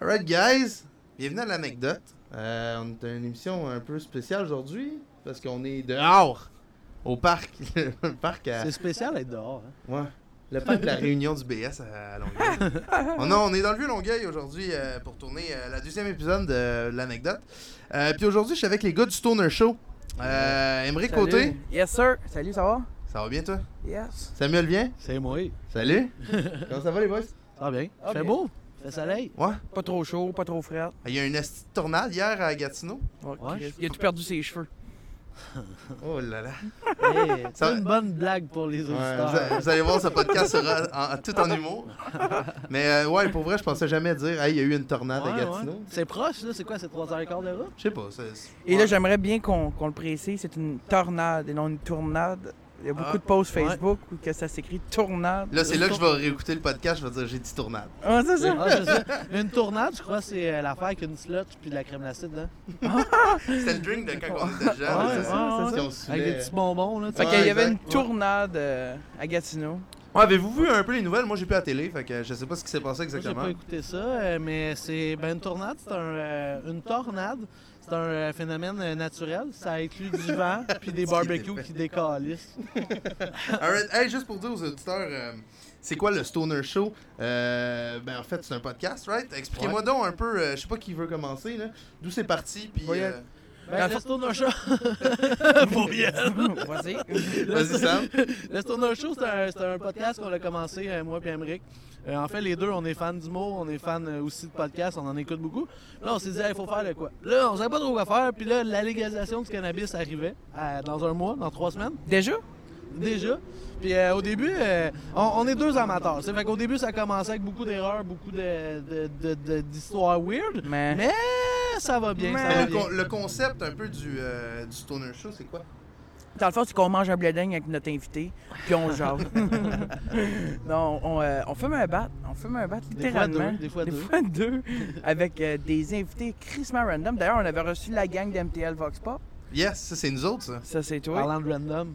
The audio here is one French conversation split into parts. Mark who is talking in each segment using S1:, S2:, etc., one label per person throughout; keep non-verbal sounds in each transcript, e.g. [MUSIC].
S1: Alright, guys, bienvenue à l'anecdote. Euh, on est à une émission un peu spéciale aujourd'hui parce qu'on est dehors au parc. [LAUGHS] le parc à.
S2: C'est spécial d'être dehors. hein.
S1: Ouais. Le parc de la réunion du BS à Longueuil. on, a- on est dans le vieux Longueuil aujourd'hui euh, pour tourner euh, la deuxième épisode de l'anecdote. Euh, Puis aujourd'hui, je suis avec les gars du Stoner Show. Euh, Émeric
S3: Salut.
S1: Côté,
S3: Yes, sir. Salut, ça va?
S1: ça va bien toi?
S3: Yes.
S1: Samuel bien?
S2: C'est moi.
S1: Salut! Comment ça va les boys?
S2: Ça va Ah, bien.
S3: Ok.
S2: Fait beau. Fait [LAUGHS] soleil.
S1: Ouais.
S3: Pas trop chaud, pas trop frais.
S1: Ah, Il y a une esti de tornade hier à Gatineau.
S2: Ouais. Chris.
S3: Il a tout perdu ses cheveux.
S1: Oh là là.
S2: Hey,
S1: Ça-
S2: Eh, C'est une bonne blague pour les
S1: Ouais,
S2: auditeurs.
S1: vous, a- vous allez voir, ce podcast sera en- en- tout en humour. Mais euh, ouais, pour vrai, je pensais jamais dire, hey, il y a eu une tornade
S2: Ouais,
S1: à Gatineau.
S2: ouais. C'est proche, là. C'est quoi? C'est 3h15 de route?
S1: Je sais pas. c'est- c'est-
S3: Et là, j'aimerais bien qu'on qu'on le précise, c'est une tornade et non une tournade. Il y a beaucoup
S1: Ah,
S3: de posts
S2: ouais.
S3: Facebook où que ça s'écrit tournade.
S1: Là, c'est là que je vais réécouter le podcast, je vais dire, j'ai dit tornade.
S3: Ah, c'est ça.
S2: Ah, c'est ça. Une tournade, je crois, c'est euh, l'affaire avec une slot puis de la crème glacée dedans.
S1: C'était le drink de quand on était jeune.
S2: Ouais,
S1: Ah, c'est ça.
S2: ouais,
S1: Si
S2: ouais.
S1: on se
S2: Avec des
S1: saoulait.
S2: petits bonbons, là. tu
S3: Fait
S2: sais.
S1: Ouais,
S3: qu'il y avait
S1: exact.
S3: une tournade euh, à Gatineau.
S1: Ouais, Avez-vous vu un peu les nouvelles? Moi, j'ai plus la télé, fait que je sais pas ce qui s'est passé
S2: Moi, J'ai
S1: exactement.
S2: pas écouté ça, euh, mais c'est ben, une tornade, c'est un, euh, une tornade, c'est un euh, phénomène euh, naturel. Ça inclut
S1: [LAUGHS]
S2: du vent puis des barbecues qui décalissent.
S1: Alright, hey, juste pour dire aux auditeurs, euh, c'est quoi le Stoner Show? Euh, ben, en fait, c'est un podcast, right? Expliquez-moi donc un peu, euh, je sais pas qui veut commencer, là, d'où c'est parti, puis...
S3: Ouais.
S1: euh,
S2: Ben,
S3: Dans-
S2: laisse tourner un chat. Pour rien.
S3: [LAUGHS] Vas-y.
S1: Vas-y, Sam.
S2: [LAUGHS] Le Stoner Show, c'est un, c'est un podcast qu'on a commencé, euh, moi et Emmerich. Euh, en fait, les deux, on est fans d'humour, on est fans euh, aussi de podcasts, on en écoute beaucoup. Là, on s'est dit, il faut faire de quoi. Là, on savait pas trop quoi faire, puis là, la légalisation du cannabis arrivait euh, dans un mois, dans trois semaines
S3: Déjà?
S2: déjà. Puis euh, au début, euh, on, on est deux amateurs. c'est Fait qu'au début, ça commençait avec beaucoup d'erreurs, beaucoup de- de- de- de- d'histoires weird.
S3: Mais-
S2: Mais ça va bien, ça
S3: Mais-
S2: va
S1: Mais le,
S2: bien.
S1: con- le concept un peu du, euh, du Stoner Show, c'est quoi?
S3: Dans le fond, c'est qu'on mange un blé d'aigle avec notre invité, puis on
S1: [LAUGHS]
S3: jase. non, on, euh, on fume un bat. On fume un bat,
S2: Des fois
S3: littéralement.
S2: deux, des fois
S3: Des
S2: deux.
S3: fois deux, avec euh, des invités crissement random. D'ailleurs, on avait reçu la gang d'MTL Vox Pop.
S1: Yes, ça, c'est nous autres, ça.
S3: Ça, c'est toi.
S2: Parlant de random.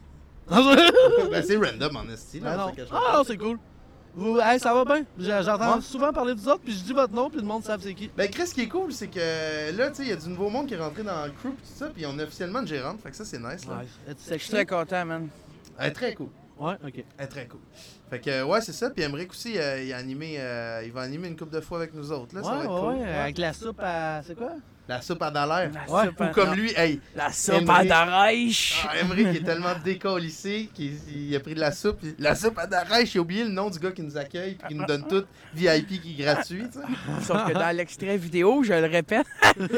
S1: [LAUGHS] ben, c'est random en esti,
S2: Mais
S1: là. on
S2: non.
S1: se cache
S2: Ah,
S1: pas.
S2: non, c'est cool. Vous, hey, ça va bien? J'ai- J'entends
S1: Ouais.
S2: souvent parler de vous autres, puis je dis votre nom, puis le monde savent c'est qui.
S1: Ben, Chris, ce qui est cool, c'est que là, tu sais, il y a du nouveau monde qui est rentré dans le crew, pis tout ça, puis on a officiellement une gérante, fait que ça, c'est nice, là.
S2: Es-tu
S3: Je
S2: sexy?
S3: suis très content, man.
S1: Elle est très cool.
S2: Ouais, ok.
S1: Elle est très cool. Fait que, euh, ouais, c'est ça. Puis Emmerich aussi, euh, il, a animé, euh, il va animer une couple de fois avec nous autres, là.
S2: Ouais,
S1: ça va
S2: ouais,
S1: être cool.
S2: ouais, avec la soupe à. C'est quoi?
S1: La soupe à Dallaire.
S3: La
S2: Ouais,
S3: soupe
S1: Ou
S3: à-
S1: comme
S3: non,
S1: lui, hey,
S3: La soupe à
S1: Emery.
S3: Darèche.
S1: ah, Emmerich est tellement décollissé qu'il il a pris de la soupe. il- La soupe à Darèche, j'ai oublié le nom du gars qui nous accueille, puis qui nous donne tout, VIP qui est gratuit, tu sais.
S3: Sauf que dans l'extrait vidéo, je le répète, [LAUGHS]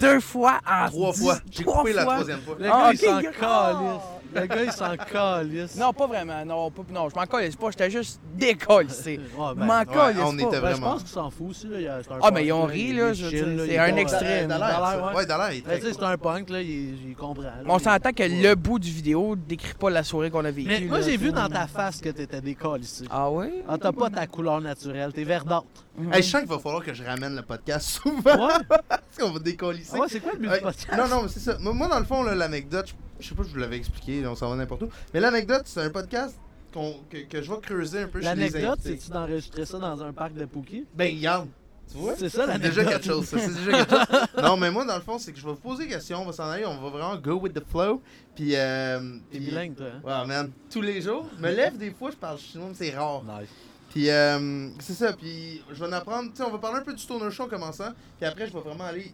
S3: deux fois en
S2: Ah,
S1: Trois
S3: dix-
S1: fois. J'ai
S3: trois
S1: coupé la
S3: fois.
S1: troisième fois.
S2: Le
S3: Ah,
S2: gars,
S3: ok, Oh.
S2: il s'en
S3: gars.
S2: calisse. Le gars, il
S3: [LAUGHS]
S2: s'en calisse.
S3: Non, pas vraiment. Non, pas, non je m'en collais pas. J'étais juste décollissé.
S2: Ouais,
S3: Je
S2: ben,
S3: m'en collais
S1: Ah, on
S3: pas.
S1: était
S2: Ben, je
S1: vraiment.
S2: pense qu'ils s'en foutent aussi. Là. Il y a- c'est un
S3: Ah, mais ils
S2: punk,
S3: ont ri,
S2: il-
S3: là,
S2: il
S3: je veux
S2: chill,
S3: dire,
S2: là,
S3: c'est
S2: il
S3: un
S2: comprend.
S3: extrême.
S2: Dans
S1: Dallaire,
S2: l'air,
S1: ça.
S2: ouais.
S1: ouais. Dallaire, il est
S2: Ben,
S1: très
S2: tu sais, c'est
S1: cool.
S2: un punk, là, il, il comprend. là.
S3: Mais On
S2: Il-
S3: s'entend que
S2: Ouais.
S3: le bout du vidéo décrit pas la soirée qu'on a vécue.
S2: Mais moi,
S3: là.
S2: j'ai vu dans ta face que t'étais décalissé.
S3: Ah oui?
S2: Ah, t'as pas ta couleur naturelle, t'es
S3: [LAUGHS]
S2: verdâtre.
S1: Hey, je sens qu'il va falloir que je ramène le podcast [LAUGHS] souvent
S2: Ouais,
S1: parce qu'on va décollisser.
S2: Ah ouais, c'est quoi le but
S1: Ouais.
S2: du podcast?
S1: Non, non, mais c'est ça. Moi, moi, dans le fond, là, l'anecdote, je- je sais pas si je vous l'avais expliqué, on s'en va n'importe où. Mais l'anecdote, c'est un podcast qu'on- que, que je vais creuser un peu chez les
S2: L'anecdote,
S1: invités.
S2: c'est-tu d'enregistrer ça dans un parc de Pookie?
S1: Ben, regarde. Tu vois?
S2: C'est ça
S1: C'est
S2: l'anecdote.
S1: déjà quelque chose, ça. C'est déjà quelque
S2: [LAUGHS]
S1: chose. Non, mais moi, dans le fond, c'est que je vais vous poser des questions, on va s'en aller, on va vraiment go with the flow. Puis. Euh,
S2: T'es
S1: puis-
S2: bilingue, toi. hein?
S1: Ouais, man. Tous les jours. Je me lève des fois, je parle chinois, mais c'est rare.
S2: Nice.
S1: Puis euh, c'est ça, puis je vais en apprendre, tu sais, on va parler un peu du tourneur show en commençant, puis après je vais vraiment aller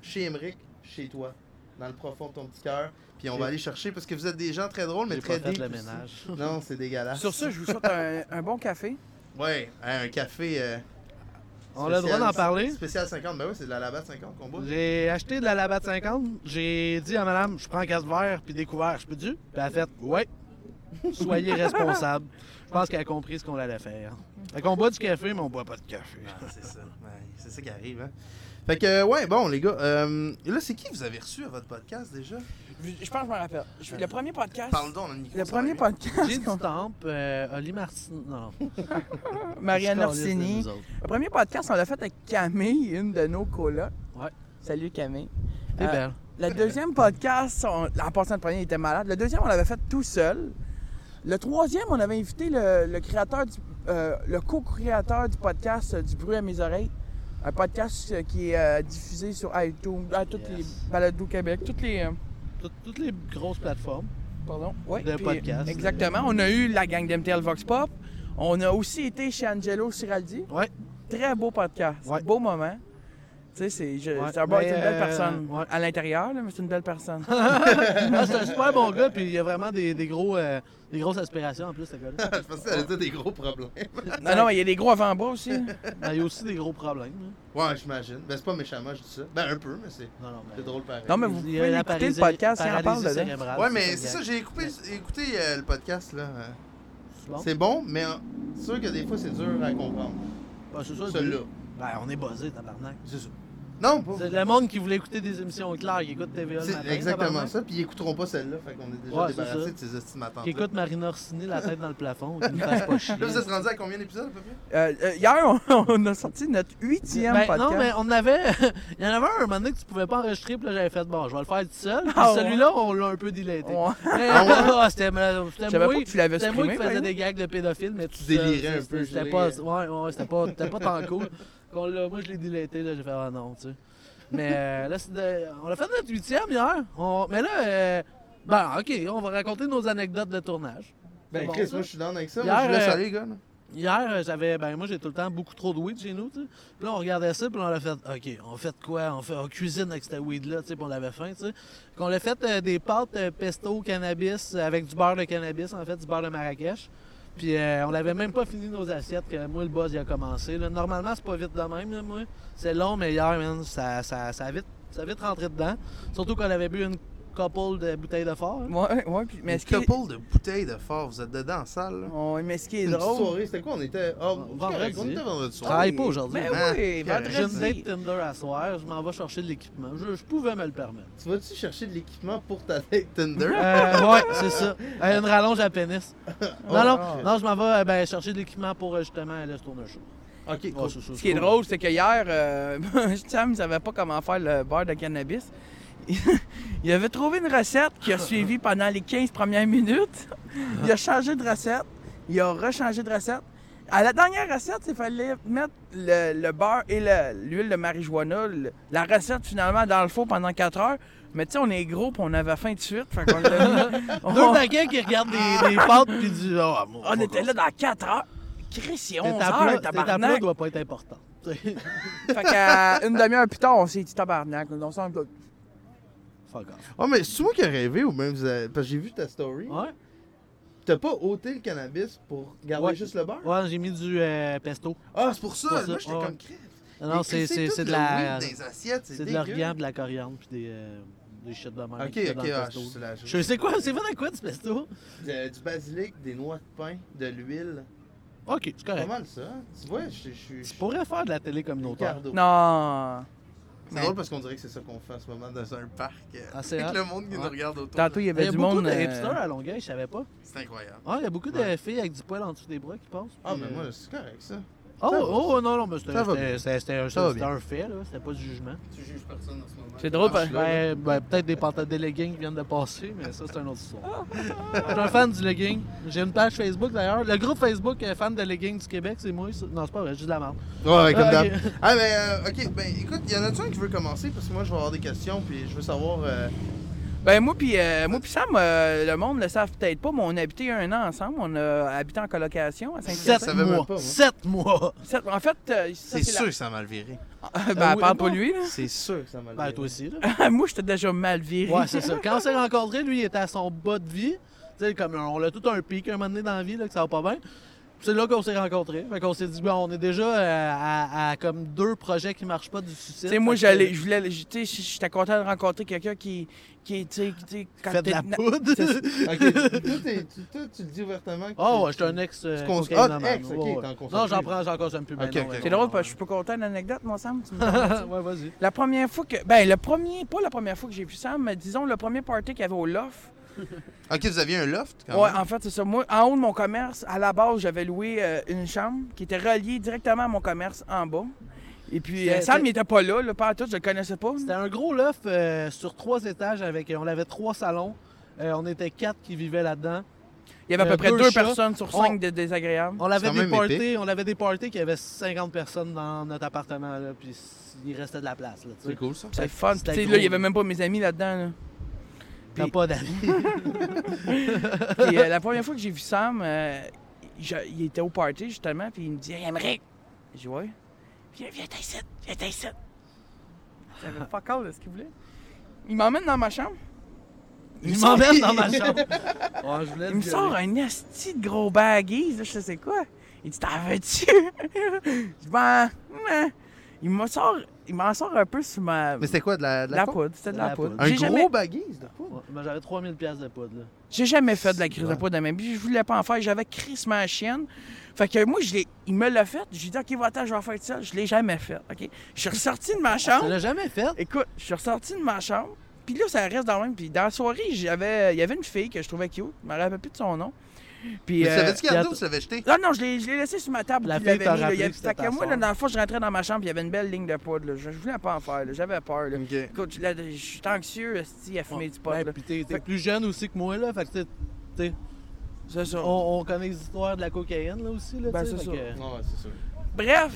S1: chez Emmerich, chez toi, dans le profond de ton petit cœur, puis on va
S2: Ok.
S1: aller chercher, parce que vous êtes des gens très drôles, mais
S2: J'ai
S1: très
S2: pas fait
S1: deep
S2: le
S1: aussi. [LAUGHS]
S2: ménage.
S1: Non, c'est dégueulasse.
S3: Sur ça, je vous souhaite un, un bon café.
S1: Ouais, hein, un café... euh,
S2: On a le droit
S1: spécial-
S2: d'en parler?
S1: Spécial 50, ben oui, c'est de la labat 50 qu'on boit.
S2: J'ai acheté de la labat 50. J'ai dit à madame, je prends un casse verre puis des couverts, je peux-tu? Puis elle a fait, ouais,
S1: [LAUGHS]
S2: soyez responsable. Je pense qu'elle a compris ce qu'on allait faire. Fait qu'on boit du café, mais on boit pas de café.
S1: Ah, c'est [LAUGHS] ça, Ouais, c'est ça qui arrive, hein. Fait que, euh, ouais, bon, les gars, euh, là, c'est qui vous avez reçu à votre podcast, déjà?
S3: Je pense que je me rappelle. Je- le premier
S2: Ah,
S3: podcast.
S1: Parle donc, on a le micro,
S3: Le
S1: ça
S3: premier
S1: va
S3: podcast.
S2: J'ai du temple, euh, Oli Martin. Non, non.
S3: [LAUGHS] Marianne
S2: Scarlett, c'est
S3: Orsini.
S2: nous autres.
S3: Le premier podcast, on l'a fait avec Camille, une de nos colocs.
S2: Ouais.
S3: Salut Camille.
S2: T'es
S3: Euh,
S2: belle.
S3: Le deuxième podcast, on- en passant le premier, il était malade. Le deuxième, on l'avait fait tout seul. Le troisième, on avait invité le, le créateur du, euh, le co-créateur du podcast euh, Du bruit à mes oreilles. Un podcast euh, qui est euh, diffusé sur iTunes, à toutes
S2: Yes.
S3: les balados Québec, toutes les. euh,
S2: Tout- toutes les grosses plateformes.
S3: Pardon. Ouais,
S2: De
S3: puis-
S2: podcast.
S3: Exactement. On a eu la gang d'MTL Vox Pop. On a aussi été chez Angelo Ciraldi.
S2: Ouais.
S3: Très beau podcast.
S2: Ouais.
S3: Beau moment. Tu sais, c'est je-
S2: Ouais,
S3: c'est un bon-
S2: mais,
S3: c'est une belle
S2: euh,
S3: personne.
S2: ouais.
S3: À l'intérieur, là, mais c'est une belle personne.
S2: [LAUGHS] Ah, c'est un super bon gars, puis il y a vraiment des, des gros, euh, des grosses aspirations en plus, ce gars-là. [LAUGHS]
S1: Je pensais que ça allait dire des gros problèmes. [LAUGHS]
S3: non, non, il y a des gros avant-bras aussi.
S2: Mais il y a aussi des gros problèmes. hein.
S1: Ouais, j'imagine. Ben, c'est pas méchamment, je dis ça. Ben, un peu, mais c'est
S2: Non, non, mais-
S1: c'est drôle pareil.
S3: Non, Ah, mais vous
S2: Il y
S3: pouvez
S2: a la
S3: écouter le
S2: paralysie-
S3: podcast, il en parle
S2: paralysie
S3: dedans.
S2: cérébrale,
S1: Ouais, mais c'est
S2: ça,
S1: ça,
S2: le
S1: j'ai écoupé- écouté euh, le podcast, là. Euh,
S2: gars. Bon.
S1: C'est bon, mais euh, c'est sûr que des fois, c'est dur à comprendre.
S2: Bah, c'est ça, le
S1: Celui-là.
S2: but. Ben, on est buzzé, tabarnak.
S1: C'est ça. Non, pas.
S2: C'est le monde qui voulait écouter des émissions au clair, qui écoute TVA le
S1: C'est
S2: matin,
S1: exactement
S2: tabarnak,
S1: ça. Puis ils écouteront pas celle-là. Fait qu'on est déjà
S2: Ouais, c'est
S1: débarrassé
S2: ça.
S1: de ces estimatants.
S2: Qui écoute Marine Orsini la tête dans le plafond, qui
S1: [LAUGHS]
S2: ne fasse pas chier.
S1: Là, vous êtes rendu à combien d'épisodes à peu près
S3: Euh, euh, hier, on, [LAUGHS] on a sorti notre huitième
S2: Ben,
S3: podcast.
S2: non, mais on avait. [LAUGHS] Il y en avait un, un moment donné que tu pouvais pas enregistrer, puis là j'avais fait bon, je vais le faire tout seul. Puis
S3: Ah ouais.
S2: celui-là, on l'a un peu dilaté.
S3: Ouais.
S2: Mais-
S1: Ah ouais?
S2: ah, c'était
S3: Je
S2: c'était
S3: savais
S2: moi,
S3: pas que tu l'avais
S2: c'était moi
S3: supprimé.
S2: qui
S3: par
S2: faisais
S3: exemple.
S2: des gags de pédophiles, mais tu
S1: délirais un peu, je
S2: C'était pas,
S1: dirais.
S2: ouais, ouais, c'était pas, c'était pas tant cool. Qu'on l'a- moi je l'ai dilaté, là, j'ai fait ah non, tu sais. Mais euh, là, c'est de- on a fait notre huitième hier. On- mais là, euh, ben ok, on va raconter nos anecdotes de tournage.
S1: Ben,
S2: C'est bon,
S1: Chris,
S2: ça?
S1: moi, je suis down avec ça.
S2: Hier,
S1: moi, je vous laisse
S2: euh,
S1: aller, gars. là.
S2: Hier, euh, j'avais. Ben, moi, j'ai tout le temps beaucoup trop de weed chez nous, tu sais. Puis là, on regardait ça, puis là, on a fait. OK, on fait quoi On, fait, on cuisine avec cette weed-là, tu sais, puis on l'avait faim, tu sais. Puis on a fait euh, des pâtes euh, pesto cannabis euh, avec du beurre de cannabis, en fait, du beurre de Marrakech. Puis euh, on n'avait même pas fini nos assiettes que moi, le buzz, il a commencé. là. Normalement, c'est pas vite de même, là, moi. C'est long, mais hier, man, ça, ça, ça, a vite, ça a vite rentré dedans. Surtout qu'on avait bu une couple de bouteilles de fort. hein.
S3: Ouais, ouais, puis- mais
S1: Une
S3: ce qui est-
S1: couple de bouteilles de fort, vous êtes dedans en salle, là.
S3: Ouais, mais ce qui est
S1: Une petite
S3: drôle.
S1: soirée, c'était quoi On était. Ah,
S2: Vendredi.
S1: correct, On était vendredi
S2: Je travaille
S1: soir.
S2: pas aujourd'hui. hein?
S3: Ben
S1: Ah,
S3: oui,
S1: correct.
S2: J'ai une
S3: vendredi.
S2: date Tinder à soir, je m'en vais chercher de l'équipement. Je, je pouvais me le permettre.
S1: Tu vas-tu chercher de l'équipement pour ta date Tinder
S2: Euh, ouais, c'est ça. Euh, une rallonge à pénis. Non,
S3: Oh.
S2: non, non, je m'en vais euh, ben, chercher de l'équipement pour euh, justement le tournage show.
S1: Ok,
S2: Ouais,
S1: cool.
S2: c'est ça,
S3: Ce qui est
S2: cool.
S3: drôle, c'est que hier, euh, [LAUGHS] Sam ne savait pas comment faire le beurre de cannabis. [LAUGHS] Il avait trouvé une recette qu'il a suivie pendant les 15 premières minutes. Il a changé de recette. Il a rechangé de recette. À la dernière recette, il fallait mettre le, le beurre et le- l'huile de marijuana, le- la recette finalement dans le four pendant 4 heures. Mais tu sais, on est gros puis on avait faim de suite. Fait qu'on l'a mis-
S2: Deux
S3: on,
S2: taquins qui regardent des, des pâtes puis du. Oh, mon-
S3: on était là dans 4 heures. Chris, c'est 11
S2: Cette étape-là-
S3: heures,
S2: cette étape-là
S3: tabarnak!
S2: doit pas être importante.
S3: Fait qu'à une demi-heure plus tard, on s'est dit tabarnak. On s'en
S2: Fuck off.
S1: Oh, mais c'est moi qui ai rêvé ou même. vous avez- Parce que j'ai vu ta story.
S2: Ouais,
S1: T'as pas ôté le cannabis pour garder
S2: Ouais.
S1: juste le beurre
S2: ouais j'ai mis du euh, pesto.
S1: Ah, c'est pour ça.
S2: Pour ça,
S1: Moi, j'étais
S2: ouais. Ah
S1: comme crève.
S2: Non, non, c'est c'est- c'est de la.
S1: des assiettes,
S2: C'est
S1: c'est
S2: de
S1: dégueu.
S2: l'organ, de la coriandre puis des. euh, des shit de merde.
S1: Ok,
S2: qu'il y a dans
S1: ok,
S2: le
S1: ah,
S2: pesto.
S1: je suis là. je-
S2: Je sais quoi, c'est vrai à quoi du pesto?
S1: Euh, Du basilic, des noix de pain, de l'huile.
S2: Ok, c'est
S1: Pas
S2: correct.
S1: mal ça. Tu vois, je je- je- je
S2: Tu
S1: suis.
S2: pourrais faire de la télé communautaire.
S1: Ricardo.
S3: Non.
S1: C'est drôle parce qu'on dirait que c'est ça qu'on fait en ce moment dans un parc. euh,
S2: Ah, c'est
S1: Avec
S2: hot.
S1: le monde qui nous
S2: Ouais.
S1: regarde autour.
S3: Tantôt, il
S2: Il
S3: y
S2: y
S3: avait
S2: a
S3: du
S2: beaucoup
S3: monde.
S2: de
S3: euh,
S2: hipsters à Longueuil, je savais pas.
S1: C'est incroyable.
S2: Ah, il y a beaucoup de
S1: Ouais.
S2: filles avec du poil en dessous des bras qui passent.
S1: Ah,
S2: puis,
S1: mais
S2: euh,
S1: moi, c'est correct ça.
S2: Oh,
S1: ça va.
S2: oh, non, non, mais c'était
S1: Ça va
S2: c'était- c'était- c'était un,
S1: Ça va
S2: c'était
S1: bien.
S2: un fait, là. C'était pas du jugement.
S1: Tu juges personne en ce moment.
S3: C'est drôle,
S1: Ah, je
S3: parce-
S1: suis là, là.
S2: Ben, ben, peut-être des pantalons des leggings qui viennent de passer, mais ça, c'est une autre
S1: [LAUGHS]
S2: histoire. Je suis un fan du legging. J'ai une page Facebook d'ailleurs. Le groupe Facebook euh, fan de leggings du Québec, c'est moi. ça. Non, c'est pas vrai, j'ai de la merde.
S1: Ouais, comme
S2: Ah,
S1: d'hab.
S2: ok.
S1: Ah, mais euh, ok, ben écoute, y en a-tu un qui veut commencer parce que moi je vais avoir des questions puis je veux savoir. euh,
S3: Ben, moi, puis euh, moi puis Sam, euh, le monde le savent peut-être pas, mais on a habité un an ensemble. On a habité en colocation à
S1: ça
S2: Sept
S3: Saint-Hyacinthe.
S1: savait même
S2: mois.
S1: pas, moi.
S2: Sept mois.
S3: Sept- En fait, euh,
S1: C'est
S3: ça, la-
S1: sûr que ça m'a le viré.
S2: Euh, oui,
S3: [LAUGHS] ben, parle pas
S2: non.
S3: lui, là.
S1: C'est sûr que ça m'a le
S2: Ben,
S1: viré.
S2: toi aussi, là.
S3: [LAUGHS] moi, j'étais déjà mal viré.
S1: [LAUGHS]
S2: Ouais, c'est ça. Quand on s'est rencontrés, lui, il était à son bas de vie. Tu sais, comme on a tout un pic un moment donné dans la vie, là, que ça va pas bien. Puis C'est là qu'on s'est rencontrés. Fait qu'on s'est dit, bon, on est déjà euh, à, à comme deux projets qui marchent pas du suicide.
S3: Tu sais, moi,
S2: Fait que, euh,
S3: j'allais, je voulais, tu sais, j'étais content de rencontrer quelqu'un qui, qui, tu sais, qui- tu sais, quand
S2: Fait de
S3: t'es-
S1: [LAUGHS]
S2: la poudre. [LAUGHS]
S1: Ok, toi, t'es- tu, toi, tu le dis ouvertement. que
S2: oh,
S1: tu-
S2: ouais, j'étais un ex. euh,
S1: Tu cons-
S2: cocaïnomane.
S1: Ah, ex, ok,
S2: Ouais, ouais.
S1: t'en consommes
S2: Non, j'en
S1: plus.
S2: prends, j'en consomme plus.
S1: Ok,
S2: ben non,
S1: ok.
S2: ouais,
S3: C'est
S2: non,
S3: drôle
S2: non,
S3: parce que je suis pas content de l'anecdote, mon Sam. tu me
S2: non. [LAUGHS] ouais, vas-y.
S3: La première fois que. Ben, le premier. Pas la première fois que j'ai vu Sam, mais disons le premier party qu'il y avait au Loft.
S1: Ok, vous aviez un loft quand
S3: Ouais,
S1: même.
S3: en fait, c'est ça. Moi, en haut de mon commerce, à la base, j'avais loué euh, une chambre qui était reliée directement à mon commerce en bas. Et puis, euh,
S2: C'était-
S3: Sam, il était pas là, là, pas à tout, je le connaissais pas.
S2: C'était un gros loft euh, sur trois étages avec. On avait trois salons. Euh, on était quatre qui vivaient là-dedans.
S3: Il y avait à
S2: Il y
S3: peu
S2: a
S3: près
S2: deux
S3: deux
S2: chats. Oh.
S3: personnes sur
S2: On-
S3: cinq de désagréables.
S2: On l'avait
S1: quand même
S2: déporté, on l'avait déporté qu'il y avait 50 personnes dans notre appartement, là, puis il restait de la place, là, tu sais.
S1: C'est cool ça.
S3: C'est fun.
S2: c'était
S3: Tu sais,
S2: gros.
S3: là, il y avait même pas mes amis là-dedans.
S2: [LAUGHS]
S3: là.
S2: T'as
S3: Puis-
S2: pas d'amis.
S3: Puis euh, la première fois que j'ai vu Sam, euh, je- il était au party justement, puis il me dit Hey, Aymeric! Je dis Ouais. Viens, viens, t'as ici, viens,
S2: [LAUGHS]
S3: t'as ici. J'avais pas encore de ce qu'il voulait. Il m'emmène dans ma chambre.
S2: Il
S3: me
S2: m'emmène
S3: sort-
S2: dans
S3: [LAUGHS]
S2: ma chambre. Ouais, je voulais te
S3: Il me
S2: gueuler.
S3: sort un esti de gros baggies, là, je sais quoi. Il dit T'en veux-tu [LAUGHS] Je dis Ben, ben. Il m'en sort, il m'en sort un peu sur ma.
S1: Mais c'était quoi de la, de
S3: de
S1: la,
S3: la
S1: poudre?
S3: poudre, c'était de
S2: De la
S3: la poudre.
S2: poudre.
S1: Un
S3: J'ai
S1: gros
S3: jamais,
S1: baguise de poudre.
S2: Ouais, mais J'avais 3000 pièces de poudre, là.
S3: j'ai jamais fait de la crise de
S1: Ouais.
S3: poudre de ma vie. Je voulais pas en faire. J'avais crissement ma chienne. Fait que moi, je l'ai- il me l'a fait. J'ai dit, OK, va, attends, je vais en faire ça. Je l'ai jamais fait. OK? Je suis ressorti de
S1: Ah,
S3: ma
S2: Tu
S3: chambre.
S2: l'as jamais fait?
S3: Écoute, je suis ressorti de ma chambre. Puis là, ça reste dans le même. Puis dans la soirée, j'avais, il y avait une fille que je trouvais cute. Je me rappelle plus de son nom.
S1: Mais
S3: Puis.
S1: tu
S3: euh,
S1: savais-tu qu'il y
S2: il y
S1: a
S2: a
S1: tu l'avais jeté?
S3: Ah Non, non, je l'ai, je l'ai laissé sur ma table.
S2: La
S3: puis
S2: fille
S3: je
S2: t'a
S3: l'avais mis, là,
S2: rappelé
S3: il y avait-
S2: que c'était
S3: fait que
S2: ta
S3: moi,
S2: sœur.
S3: là, dans le fond, je rentrais dans ma chambre, puis il y avait une belle ligne de poudre. là. Je, je voulais pas en faire. là. J'avais peur. Là.
S1: Ok.
S3: Écoute, là, je suis anxieux esti, à fumer
S2: Ouais.
S3: du pot.
S2: Ben,
S3: là.
S2: puis t'es t'es
S3: Fait-
S2: plus jeune aussi que moi, là. Fait que, tu sais,
S3: C'est ça.
S2: on, on connaît les histoires de la cocaïne, là aussi, là.
S3: Ben,
S2: tu sais,
S3: c'est
S2: fait
S3: ça.
S2: que-
S1: Non, c'est sûr.
S3: Bref,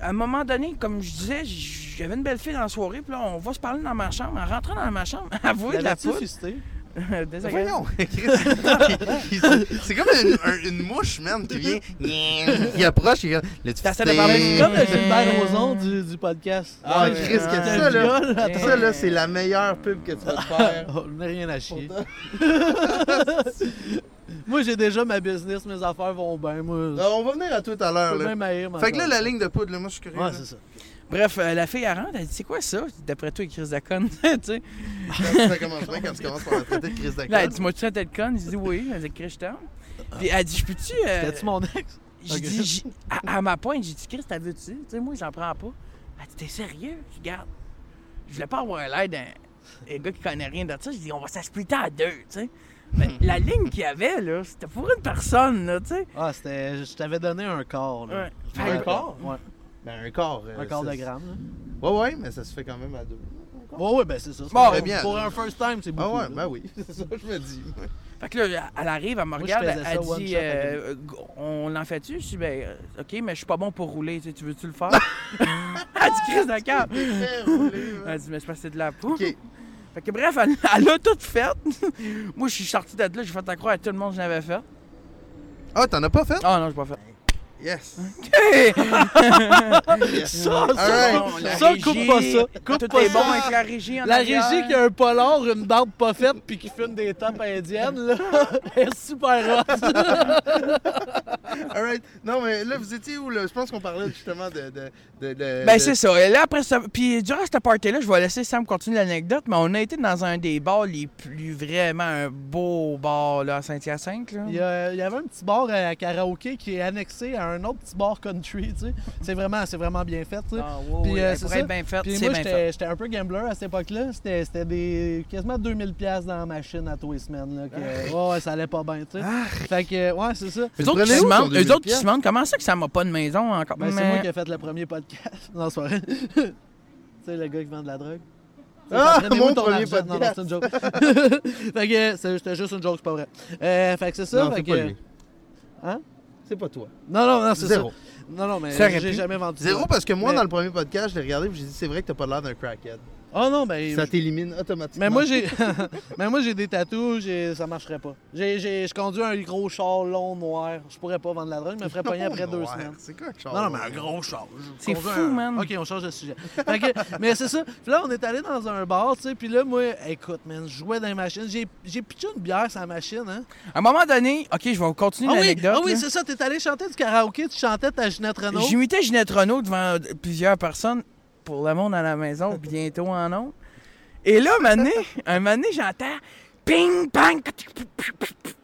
S3: à un moment donné, comme je disais, j- j'avais une belle fille dans la soirée, puis là, on va se parler dans ma chambre. En rentrant dans ma chambre, [LAUGHS] elle voulait de la
S2: L'avais-tu
S3: poudre.
S2: suscité?
S3: [LAUGHS] Désagréable.
S2: [LAUGHS]
S1: Voyons, Chris, il- il- c'est comme une, un- une mouche, man, qui vient, il approche, il regarde. Là, tu
S3: T'essaies
S1: fais-
S3: de parler-
S2: Comme le Gilbert Rozon du, du podcast.
S1: Ah,
S2: Ouais,
S1: Chris, que
S2: euh,
S1: ça, là.
S2: viol, attends.
S1: Ça, là, c'est la meilleure pub que tu vas te faire.
S2: Oh, on n'a rien à chier. [LAUGHS] moi, j'ai déjà ma business, mes affaires vont bien. Moi,
S1: Alors, Euh, on va venir à tout à l'heure,
S2: je peux
S1: Ah, là.
S2: même haïr ma
S1: Fait que là,
S2: femme.
S1: la ligne de poudre, là, moi, je suis curieux.
S2: Ouais,
S1: là.
S2: c'est ça.
S3: Bref, euh, la fille, elle rentre, elle dit C'est quoi ça D'après toi, Chris de conne. [LAUGHS] tu sais.
S1: ça commence bien quand tu commences par la traiter de crise
S3: Là,
S2: Ben,
S3: elle
S1: d'accord.
S3: dit Moi, tu serais tête conne Je dis Oui. Elle dit Chris, je t'aime.
S2: Ah.
S3: Puis elle dit Je peux-tu. euh,
S2: T'as-tu mon ex?
S3: J'ai
S2: Ok.
S3: dit, j'ai- à, à ma pointe, j'ai dit, Chris, t'as vu-tu? Tu sais, moi, j'en prends pas. Elle dit, t'es sérieux? Regarde. Je voulais pas avoir l'air d'un un gars qui connaît rien de ça. J'ai dit, on va s'expliquer à deux, tu sais. Mais
S2: Hmm.
S3: la ligne qu'il y avait, là, c'était pour une personne, là, tu sais.
S2: Ah, c'était. Je t'avais donné un corps, là.
S3: Ouais.
S2: Je me rappelle.
S1: Un corps?
S2: Ouais,
S1: Ben, un corps. euh,
S2: un corps de
S1: ça-
S2: gramme, là.
S1: Ouais, ouais, mais ça se fait quand même à deux.
S2: Ouais, ouais, ben c'est ça. c'est
S3: Bon,
S2: pour-
S1: eh bien.
S2: Pour un first time, c'est
S1: Ah
S2: beaucoup.
S1: ouais,
S2: là.
S1: ben oui, [LAUGHS] c'est ça que je me
S2: [LAUGHS]
S1: dis.
S3: Fait que là, elle arrive, elle me
S2: je
S3: regarde,
S2: faisais ça
S3: elle
S2: one
S3: dit,
S2: shot à
S3: euh, on l'en fait-tu? Je dis, ben, euh, OK, mais je suis pas bon pour rouler, tu sais, tu veux-tu
S2: [LAUGHS]
S3: le faire? elle dit, Chris, d'accord.
S1: Très roulé, ouais.
S3: Elle dit, mais je passais de la peau.
S1: Ok.
S3: Fait que bref, elle, elle a tout fait. [LAUGHS] moi, je suis sorti de là, j'ai fait la croix à tout le monde que je l'avais fait.
S1: Ah, t'en as pas fait?
S3: Ah non, j'ai pas fait.
S1: Yes.
S2: Ça, ça,
S1: Alright.
S3: Bon, la
S2: ça, coupe
S3: régie,
S2: pas ça. Coupe
S3: Tout
S2: pas
S3: est
S2: ça.
S3: bon avec la régie en
S2: La
S3: arrière.
S2: régie qui a un polar, une barbe pas faite, puis qui fume des tapes indiennes, là, [LAUGHS] elle est super hot.
S1: Alright. Non, mais là, vous étiez où? Là? Je pense qu'on parlait justement de. de, de, de-
S3: Ben
S1: de-
S3: c'est ça. Et là après ça, puis durant cette party là, je vais laisser Sam continuer l'anecdote, mais on a été dans un des bars les plus vraiment un beau bar là à Saint-Hyacinthe là.
S2: Il y, a- il y avait un petit bar à karaoké qui est annexé à un autre petit bar country, tu sais. C'est vraiment, c'est vraiment bien fait, tu sais.
S3: Ah, ouais,
S2: Puis,
S3: ouais,
S2: euh,
S3: elle
S2: c'est
S3: pourrait
S2: ça.
S3: être bien faite,
S2: Puis
S3: c'est
S2: moi,
S3: bien fait.
S2: j'étais j'étais un peu gambler à cette époque-là. C'était c'était des quasiment 2000 pièces dans la machine à tous les semaines, là. que-
S3: Ah.
S2: ouais, ouais, ça allait pas bien, tu sais. Fait que, ouais, c'est ça.
S3: Eux
S1: Vous
S3: autres, qui
S1: prenez
S3: se
S1: où
S3: demandent,
S1: ton
S3: eux autres qui
S1: 2000
S3: se demandent comment ça que ça m'a pas de maison encore.
S2: Ben, c'est
S3: Mais-
S2: moi qui ai fait le premier podcast. [LAUGHS] Non, c'est pas vrai. tu sais, le gars qui vend de la drogue.
S1: Ah,
S2: Ça prenait
S1: mon
S2: où ton
S1: premier
S2: argent? Non, non,
S1: podcast.
S2: c'est une joke. [LAUGHS] fait que c'est- c'était juste une joke, c'est pas vrai. Euh, fait que c'est ça.
S1: Non,
S2: fait
S1: c'est
S2: que,
S1: pas lui.
S2: Hein?
S1: C'est pas toi.
S2: Non, non, non, c'est ça.
S1: Zéro.
S2: Non, non, mais
S3: Ça aurait
S2: j'ai
S3: pu.
S2: jamais vendu ça.
S1: Zéro parce que moi,
S2: Mais-
S1: dans le premier podcast, je l'ai regardé et j'ai dit c'est vrai que t'as pas l'air d'un crackhead.
S2: Oh non, ben.
S1: Ça t'élimine automatiquement.
S2: Mais moi,
S1: [LAUGHS]
S2: j'ai [LAUGHS] mais moi j'ai des tatous, j'ai- ça marcherait pas. J'ai, j'ai- je conduis un gros char long noir. Je pourrais pas vendre de la drogue, je me ferais pogner après
S1: Non,
S2: deux
S1: Ah ouais,
S2: semaines.
S1: C'est quoi, Charles?
S2: Non, non, mais un gros char. Je
S3: C'est
S2: conduis
S3: fou,
S2: un-
S3: man.
S2: OK, on change de sujet. Fait que- mais c'est ça. Puis là, on est allé dans un bar, tu sais. Puis là, moi, écoute, man, je jouais dans les machines. J'ai, j'ai pitché une bière sur la machine, hein.
S3: À un moment donné, OK, je vais continuer
S2: Ah oui,
S3: l'anecdote.
S2: ah oui
S3: là.
S2: c'est ça. T'es allé chanter du karaoké, tu chantais ta Ginette Renault.
S3: J'imitais Ginette Renault devant euh, plusieurs personnes pour le monde à la maison, bientôt en ondes. Et là, un moment donné, un moment donné, j'entends ping, pang.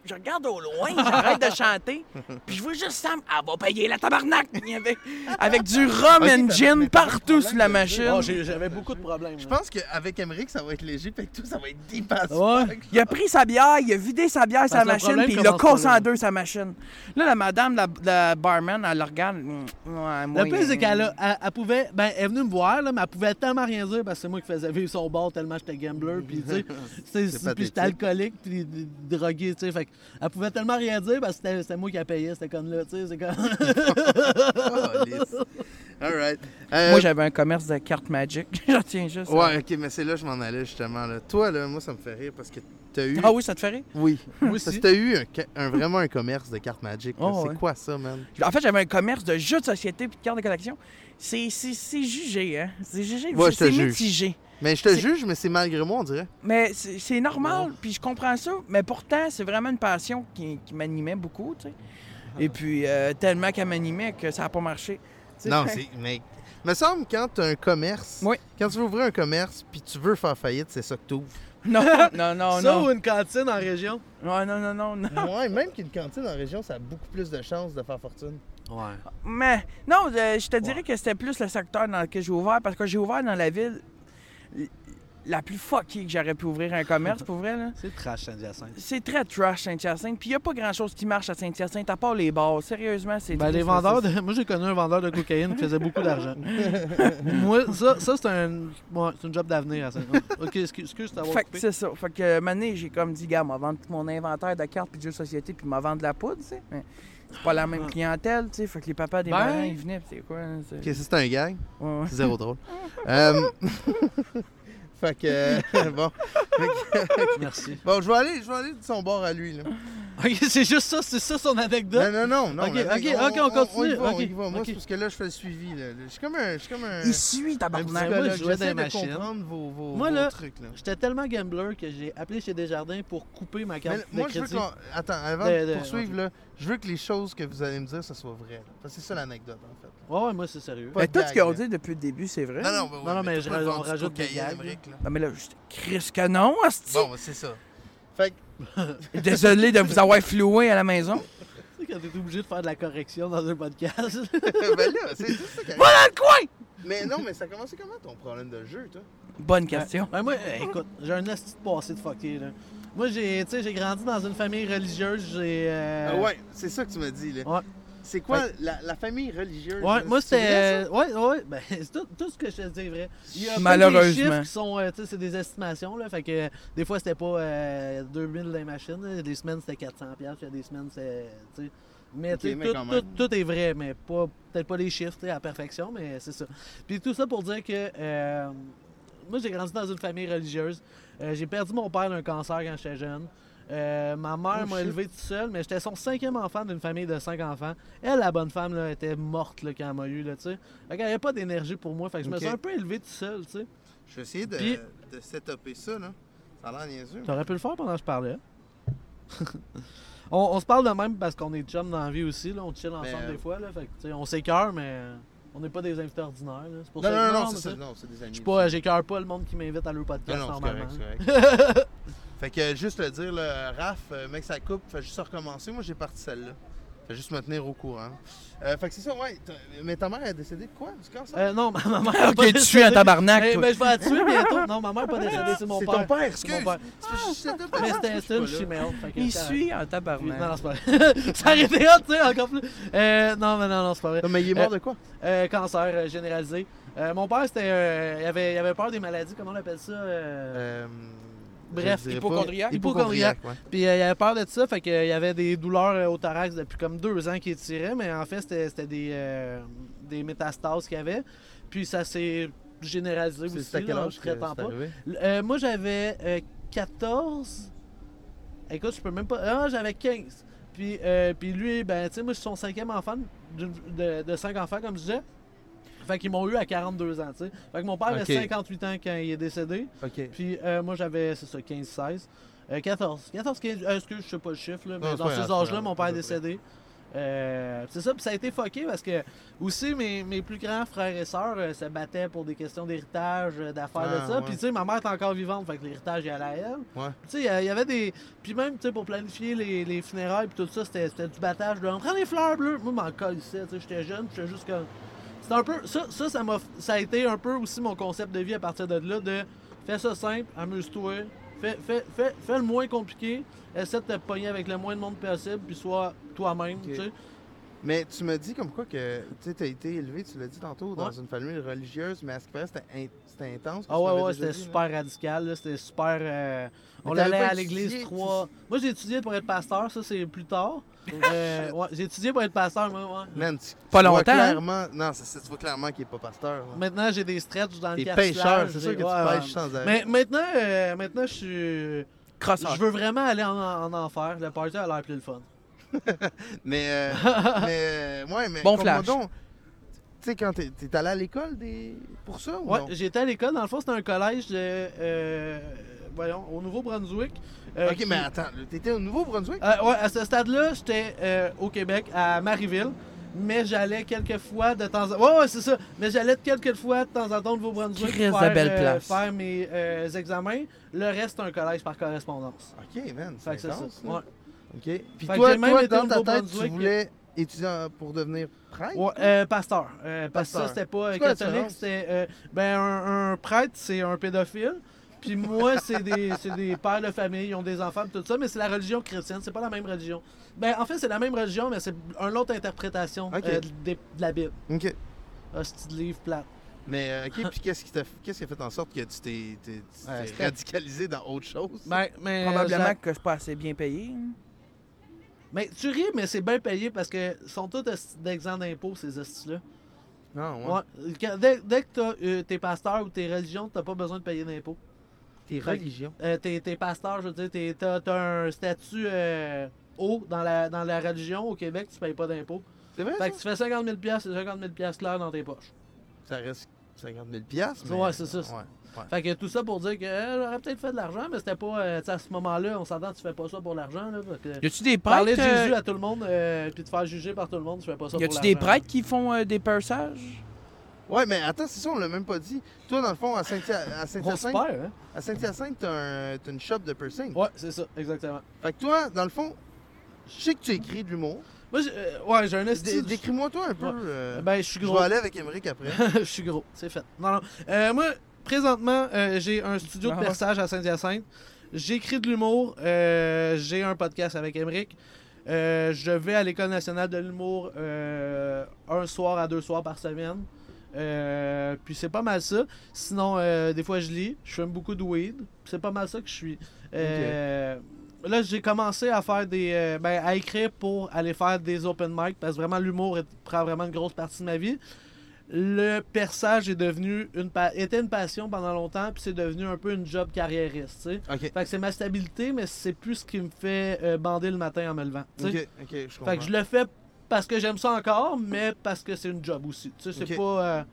S3: Je regarde au loin, j'arrête de chanter, puis je vois juste Sam, elle va payer la tabarnak! Il y avait- avec du rum
S1: Ok,
S3: and
S1: t'as-
S3: gin
S1: mais t'as pas de
S3: partout
S1: problème
S3: sur la
S1: de-
S3: machine.
S2: Oh, j'ai- j'avais beaucoup de problèmes.
S1: Je
S2: là.
S1: pense qu'avec Emmerich, ça va être léger, fait que tout, ça va être dépassé.
S2: Ouais.
S3: Il a pris sa bière, il a vidé sa bière, sa
S2: que le
S3: machine,
S2: problème
S3: puis il l'a
S2: commence par
S3: cassé
S2: là.
S3: en deux, sa machine. Là, la madame, la, la barman, elle le regarde. Mm, ouais,
S2: Le
S3: moyen.
S2: pire, c'est qu'elle a- elle- elle pouvait. Ben, elle est venue me voir, là, mais elle pouvait tellement rien dire parce que c'est moi qui faisais vivre son bar tellement j'étais gambler. Puis, tu sais, [LAUGHS] c'est- c'est- puis
S1: pathétique.
S2: j'étais alcoolique, puis d- drogué, tu sais. Fait que Elle pouvait tellement rien dire parce que c'était- c'était moi qui la payais, c'était comme là, tu sais, c'est [LAUGHS] comme...
S1: Alright. Euh,
S3: Moi, j'avais un commerce de cartes Magic. [LAUGHS] J'en tiens juste. à-
S1: Ouais, ok, mais c'est là que je m'en allais justement. Là. Toi, là, moi, ça me fait rire parce que t'as eu.
S3: Ah oui, ça te fait rire?
S1: Oui.
S2: Moi
S1: Parce
S2: aussi.
S1: que t'as eu un, ca- un- vraiment un commerce de cartes Magic. là.
S3: Oh,
S1: c'est
S3: ouais.
S1: quoi ça, man?
S3: En fait, j'avais un commerce de jeux de société puis de cartes de collection. C'est c'est- c'est jugé, hein? C'est jugé.
S1: Ouais,
S3: C'est-
S1: je te
S3: c'est
S1: juge.
S3: mitigé.
S1: Mais je te
S3: C'est-
S1: juge, mais c'est malgré moi, on dirait.
S3: Mais c'est c'est normal, puis je comprends ça. Mais pourtant, c'est vraiment une passion qui, qui m'animait beaucoup, tu sais.
S1: Ah.
S3: Et puis, euh, tellement qu'elle m'animait que ça n'a pas marché. Tu sais,
S1: Non,
S3: fait-
S1: c'est. Mais. Me semble quand t'as un commerce,
S3: Oui.
S1: quand tu veux ouvrir un commerce puis tu veux faire faillite, c'est ça que t'ouvres.
S3: [LAUGHS] Non, non, non,
S2: ça
S3: non.
S2: ou une cantine en région?
S3: Ouais, non, non, non, non.
S1: [LAUGHS] ouais, même qu'une cantine en région, ça a beaucoup plus de chances de faire fortune.
S2: Ouais.
S3: Mais non, euh, je te dirais que c'était plus le secteur dans lequel j'ai ouvert, parce que j'ai ouvert dans la ville l- la plus fuckée que j'aurais pu ouvrir un commerce, pour vrai, là.
S2: C'est trash, Saint-Hyacinthe.
S3: C'est très trash, Saint-Hyacinthe, puis il n'y a pas grand-chose qui marche à Saint-Hyacinthe, à part les bars. Sérieusement, c'est...
S2: Ben,
S3: triste,
S2: les
S3: mais
S2: vendeurs
S3: c'est-
S2: de... Moi, j'ai connu un vendeur de cocaïne qui faisait beaucoup [LAUGHS] d'argent. Moi, ça, ça c'est un... ouais, c'est une job d'avenir à saint OK, excuse, excuse de t'avoir
S3: Fait que
S2: coupé.
S3: c'est ça. Fait que, euh, mané, j'ai comme dit, gars, m'a vendre tout mon inventaire de cartes puis de jeux de société puis m'a vendre de la poudre, tu sais. Mais c'est pas la
S1: Ah.
S3: même clientèle, tu sais. Fait que les papas des
S2: Ben.
S3: marins, ils venaient, puis c'est quoi, hein, c'est-
S1: Ok, ça, c'est un gag.
S3: Ouais, ouais.
S1: [LAUGHS] Zéro drôle. Euh, [LAUGHS] Fait que. euh, bon. Fait que-
S2: Merci.
S1: Bon, je vais aller, je vais aller de son bord à lui, là.
S2: OK, c'est juste ça, c'est ça son anecdote?
S1: Non, non, non, non.
S2: Ok,
S1: là,
S2: ok, ok, on
S1: On y
S2: continue,
S1: va, on
S2: ok,
S1: y va. Moi,
S2: ok.
S1: c'est parce que là, je fais le suivi, là. Je suis comme un. Je suis comme un.
S3: Il suit,
S1: un
S3: tabarnak.
S2: moi, je
S1: psychologue.
S2: jouais dans
S1: Ben, J'essaie
S2: les
S1: de
S2: machines.
S1: comprendre vos, vos,
S2: Moi,
S1: vos
S2: là,
S1: trucs, là.
S2: J'étais tellement gambler que j'ai appelé chez Desjardins pour couper ma
S1: Mais
S2: carte de
S1: moi, je veux
S2: crédit. Ben, euh,
S1: qu'on. Attends, avant
S2: De-
S1: de,
S2: de-
S1: poursuivre, là, je veux que les choses que vous allez me dire, ça soit vrai. là. Parce que c'est ça l'anecdote, en fait. là.
S2: Ouais, ouais, moi, c'est sérieux.
S1: Pas
S3: Mais
S1: de
S3: Ben, tout
S1: gag,
S3: ce qu'ils ont
S1: là.
S3: dit depuis le début, c'est vrai.
S1: Non, non, bah, ouais,
S2: Ben Non, non, mais
S1: t'as
S2: je-
S1: pas
S2: on
S1: vendu
S2: rajoute des
S1: cocaïne,
S2: gags,
S1: Amérique,
S2: [LAUGHS]
S1: là.
S3: Non, mais là, je crise que non, hostie.
S1: Bon, bah, c'est ça. Fait que.
S3: [LAUGHS] Désolé de vous avoir floué à la maison.
S2: Tu sais, quand t'es obligé de faire de la correction dans un podcast.
S1: [LAUGHS] ben là, c'est c'est ça qui arrive.
S3: Dans le coin!
S1: Mais non, mais ça a commencé comment ton problème de jeu, toi
S3: Bonne question.
S2: Ben, moi, euh, écoute, j'ai un asti de passé de fucké, là. Moi, j'ai, tu sais, j'ai grandi dans une famille religieuse, j'ai... euh,
S1: Ah ouais, c'est ça que tu m'as dit, là.
S2: Ouais.
S1: C'est quoi la, la famille religieuse
S2: Ouais,
S1: là,
S2: moi
S1: c'est vrai,
S2: c'était. Ouais, ouais, ben, [LAUGHS] c'est tout, tout ce que je te dis est vrai. Il y a
S3: Malheureusement.
S2: Des chiffres qui sont. euh, tu sais, c'est des estimations, là. Fait que euh, des fois c'était pas euh, 2000 dans les machines, là. des semaines c'était 400$, piastres, puis des semaines c'est. Tu sais. Mais,
S1: Ok,
S2: tu sais,
S1: mais
S2: tout,
S1: quand
S2: tout-
S1: même.
S2: tout est vrai, mais pas peut-être pas les chiffres tu sais, à la perfection, mais c'est ça. Puis tout ça pour dire que. euh, moi j'ai grandi dans une famille religieuse. Euh, j'ai perdu mon père d'un cancer quand j'étais jeune. Euh, ma mère
S1: Oh,
S2: m'a
S1: shit.
S2: élevé toute seule, mais j'étais son cinquième enfant d'une famille de cinq enfants. Elle, la bonne femme, là, était morte là, quand elle m'a eu, là, tu sais. Fait qu'elle avait pas d'énergie pour moi, fait que je me
S1: Ok.
S2: suis un peu élevé tout seul, tu sais.
S1: ça? Je vais essayer de,
S2: Puis-
S1: de setuper ça, là. Ça a l'air niaiseux.
S2: T'aurais pu le faire pendant que je parlais. [LAUGHS] on, on se parle de même parce qu'on est chums dans la vie aussi, là. On chill ensemble
S1: euh,
S2: des fois, là. Fait que, tu sais, on s'écoeure, mais on n'est pas des invités ordinaires, là. C'est pour
S1: Non,
S2: ça que-
S1: non, non,
S2: mais
S1: c'est ça.
S2: tu sais,
S1: Non, c'est des amis.
S2: Je suis pas, j'écoeure pas le monde qui m'invite à leur
S1: Non,
S2: podcast
S1: non, c'est
S2: normalement.
S1: correct, c'est correct. [LAUGHS] fait que euh, juste le dire, là, Raph, euh, mec, ça coupe, fait juste recommencer. Moi, j'ai parti celle-là. Fait juste me tenir au courant. Euh, fait que c'est ça, ouais. t'as- Mais ta mère est décédée de quoi? Du cancer?
S2: Euh, non, [LAUGHS] ma ma mère. a
S3: Ok,
S2: pas
S3: tu suis un
S2: décidé.
S3: tabarnak,
S2: Eh,
S3: toi.
S2: ben, je vais la tuer bientôt. Non, ma mère n'est
S3: [LAUGHS]
S2: pas décédée, c'est mon
S1: c'est
S2: père.
S1: ton père,
S2: C'est
S1: excuse.
S2: mon père.
S1: C'est parce que je setupe,
S2: Mais
S1: parce que je
S2: c'était
S1: suis
S2: c'était une
S1: pas là.
S2: chimère. fait que
S3: Il
S2: ça-
S3: suit un
S1: Ah,
S2: Puis- Non, non,
S3: tabarnak.
S2: c'est pas vrai. [LAUGHS] Ça aurait été hot, tu sais, encore plus. Euh, non, mais non, non, c'est pas vrai.
S1: Non, mais il est mort de quoi?
S2: Euh, cancer euh, généralisé. Euh, mon père, c'était. euh, il, avait, il avait peur des maladies, comment on appelle ça euh,
S1: Euh,
S2: Bref,
S1: je dirais pas-
S3: hypochondriaque?
S1: Hypochondriaque, ouais.
S2: Puis euh, il avait peur de ça, fait qu'il y avait des douleurs euh, au thorax depuis comme deux ans qu'il tirait, mais en fait, c'était c'était des, euh, des métastases qu'il avait. Puis ça s'est généralisé aussi.
S1: C'est à quel
S2: là,
S1: âge
S2: en
S1: que
S2: traitant
S1: c'est
S2: pas.
S1: arrivé?
S2: Euh, moi, j'avais euh, 14. Écoute, je peux même pas. Ah, j'avais 15. Puis, euh, puis lui, ben, tu sais, moi, je suis son cinquième enfant d'une- de, de cinq enfants, comme je disais. Fait qu'ils m'ont eu à 42 ans, tu sais. Fait que mon père avait
S1: Ok.
S2: 58 ans quand il est décédé.
S1: Ok.
S2: Puis euh, moi, j'avais, c'est ça, 15, 16. Euh, 14. 14, 15. Euh, excuse, je sais pas le chiffre, là, mais
S1: c'est
S2: dans
S1: pas grave,
S2: ces
S1: c'est
S2: âges-là,
S1: pas
S2: mon
S1: grave,
S2: père est
S1: à peu près.
S2: décédé. Euh, c'est ça, puis ça a été fucké parce que aussi mes, mes plus grands frères et sœurs euh, se battaient pour des questions d'héritage, euh, d'affaires
S1: Ah,
S2: de ça.
S1: ouais.
S2: Puis tu sais, ma mère est encore vivante, fait que l'héritage il allait à elle.
S1: Ouais.
S2: Tu sais, il y a- il y avait des. Puis même, tu sais, pour planifier les, les funérailles, puis tout ça, c'était c'était du battage. De, on prend des fleurs bleues. Moi, je m'en colissais, tu sais, j'étais jeune, puis j'étais juste comme. C'était un peu. Ça, ça, ça, m'a- ça a été un peu aussi mon concept de vie à partir de là, de fais ça simple, amuse-toi, fais, fais, fais, fais le moins compliqué, essaie de te pogner avec le moins de monde possible, puis sois toi-même,
S1: Ok.
S2: tu sais.
S1: Mais tu me dis comme quoi que tu as été élevé, tu l'as dit tantôt, dans une famille religieuse, mais à ce qui paraît, c'était in- c'était intense.
S2: Ah ouais, ouais, c'était super radical, là, c'était super... euh, on
S1: hein. Mais t'avais
S2: allait
S1: pas
S2: à
S1: étudié,
S2: l'église
S1: tu-
S2: trois... Moi, j'ai étudié pour être pasteur, ça, c'est plus tard. Euh, ouais, j'ai étudié pour être pasteur, moi, ouais.
S1: Man, tu,
S3: Pas
S1: tu vois
S3: longtemps, hein?
S1: Clairement... Non, c'est- c'est- tu vois clairement qu'il n'est pas pasteur. là.
S2: Maintenant, j'ai des stretches dans le
S1: T'es
S2: cartilage.
S1: pêcheur, c'est sûr
S2: j'ai-
S1: que
S2: ouais,
S1: tu
S2: ouais.
S1: pêches sans arrêt.
S2: Mais maintenant, euh, maintenant, je suis...
S3: Crosseur.
S2: Je veux vraiment aller en, en enfer. Le party a l'air plus le fun.
S1: Mais,
S2: [LAUGHS]
S1: euh, mais, euh, ouais, mais.
S3: Bon
S1: comprends
S3: flash.
S1: donc, Tu sais, quand t'es t'es allé à l'école des... pour ça ou
S2: Ouais,
S1: non?
S2: j'étais à l'école. Dans le fond, c'était un collège de, euh, voyons, au Nouveau-Brunswick. euh,
S1: Ok,
S2: qui-
S1: mais attends, là, t'étais au Nouveau-Brunswick?
S2: Euh, ouais, à ce stade-là, j'étais euh, au Québec, à Marieville. Mais j'allais quelques fois de temps en temps. Ouais, ouais, c'est ça. Mais j'allais quelques fois de temps en temps au Nouveau-Brunswick
S3: Christ
S2: faire,
S3: de belle
S2: euh,
S3: place.
S2: faire mes euh, examens. Le reste, c'est un collège par correspondance.
S1: Ok, man,
S2: Ah. Fait que
S1: c'est
S2: c'est ça.
S1: intense. là.
S2: Ouais.
S1: Ok. Puis
S2: que
S1: toi,
S2: j'ai même
S1: toi
S2: été au
S1: dans ta tête, tu
S2: Nouveau-Brunswick.
S1: voulais étudier en- pour devenir prêtre?
S2: Ouais, euh, pasteur. Euh, parce que
S1: Pasteur.
S2: ça, c'était pas euh,
S1: C'est quoi la
S2: catholique.
S1: différence?
S2: C'était, euh, ben, un, un prêtre, c'est un pédophile. Puis moi, c'est des, [LAUGHS] c'est des pères de famille, ils ont des enfants, puis tout ça. Mais c'est la religion chrétienne, c'est pas la même religion. Ben, en fait, c'est la même religion, mais c'est une autre interprétation
S1: Ok.
S2: euh, des- de, la Bible.
S1: Ok.
S2: Ah, c'est du livre plat.
S1: Mais, euh, ok, puis qu'est-ce qui, t'a- qu'est-ce qui a fait en sorte que tu t'es- t'es tu
S3: Ouais,
S1: t'es
S3: c'était-
S1: radicalisé dans autre chose?
S2: Ben,
S1: euh,
S2: mais,
S3: Euh, Probablement
S2: j'a-
S3: que je suis pas assez bien payé.
S2: Mais tu ris, mais c'est bien payé parce que sont tous hosties d'exements d'impôts, ces hosties-là.
S1: non, ouais.
S2: Ouais. Quand- Dès, dès que t'as, euh, t'es pasteur ou t'es religion, t'as pas besoin de payer d'impôts.
S1: Tes
S2: Fait-
S1: religions.
S2: Euh, t'es, t'es pasteur, je veux dire, t'es- t'as, t'as un statut euh, haut dans la, dans la religion au Québec, tu payes pas d'impôts.
S1: C'est vrai?
S2: Fait que
S1: ça?
S2: tu fais 50 000 piastres, c'est 50 000 piastres l'heure dans tes poches.
S1: Ça reste 50 000 piastres, mais-
S2: Ouais, c'est ça, c'est-
S1: Ouais.
S2: Fait que tout ça pour dire que euh, j'aurais peut-être fait de l'argent, mais c'était pas, euh, tu sais, à ce moment-là, on s'entend, tu fais pas ça pour l'argent. Là, fait que
S3: Y a-tu des prêtres?
S2: parler de
S3: euh,
S2: Jésus à tout le monde, euh, puis te faire juger par tout le monde, tu fais pas ça
S3: y
S2: pour
S3: a-tu
S2: l'argent.
S3: des prêtres qui font euh, des perçages?
S1: Ouais, mais attends, c'est ça, on l'a même pas dit. Toi, dans le fond, à Saint-Hyacinthe, à
S2: On se
S1: Saint-Hyacinthe,
S2: perd, hein?
S1: à Saint-Hyacinthe, t'as un- t'as une shop de piercing.
S2: Ouais, c'est ça, exactement.
S1: Fait que toi, dans le fond, je sais que tu écris de l'humour.
S2: Moi, j'ai- euh, ouais, j'ai un
S1: Dé-
S2: esti.
S1: Décris-moi toi un peu.
S2: Ouais.
S1: euh,
S2: Ben, je suis
S1: je
S2: gros.
S1: vais aller avec Emmerich après.
S2: [LAUGHS] je suis gros, c'est fait. Non, non. Euh, moi, présentement, euh, j'ai un studio
S3: Ah
S2: de
S3: ouais.
S2: perçage à Saint-Hyacinthe. J'écris de l'humour. euh, j'ai un podcast avec Emmerich. Euh, je vais à l'École nationale de l'humour euh, un soir à deux soirs par semaine. Euh, puis c'est pas mal ça. Sinon, euh, des fois, je lis. Je fume beaucoup de weed. C'est pas mal ça que je suis. Euh, Là, j'ai commencé à faire des. euh, ben, à écrire pour aller faire des open mic parce que vraiment, l'humour est- prend vraiment une grosse partie de ma vie le perçage est devenu une pa- était une passion pendant longtemps puis c'est devenu un peu une job carriériste tu sais
S1: Ok.
S2: fait que c'est ma stabilité mais c'est plus ce qui me fait euh, bander le matin en me levant tu sais.
S1: Ok, ok, je comprends.
S2: fait que je le fais parce que j'aime ça encore mais parce que c'est une job aussi tu sais c'est
S1: Ok.
S2: pas euh,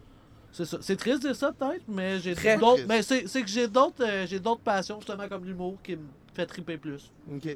S2: c'est ça c'est triste de dire ça peut-être mais j'ai
S3: Très
S2: d'autres
S1: triste.
S2: mais c'est c'est que j'ai d'autres euh, j'ai d'autres passions justement comme l'humour qui me fait triper plus
S1: Ok.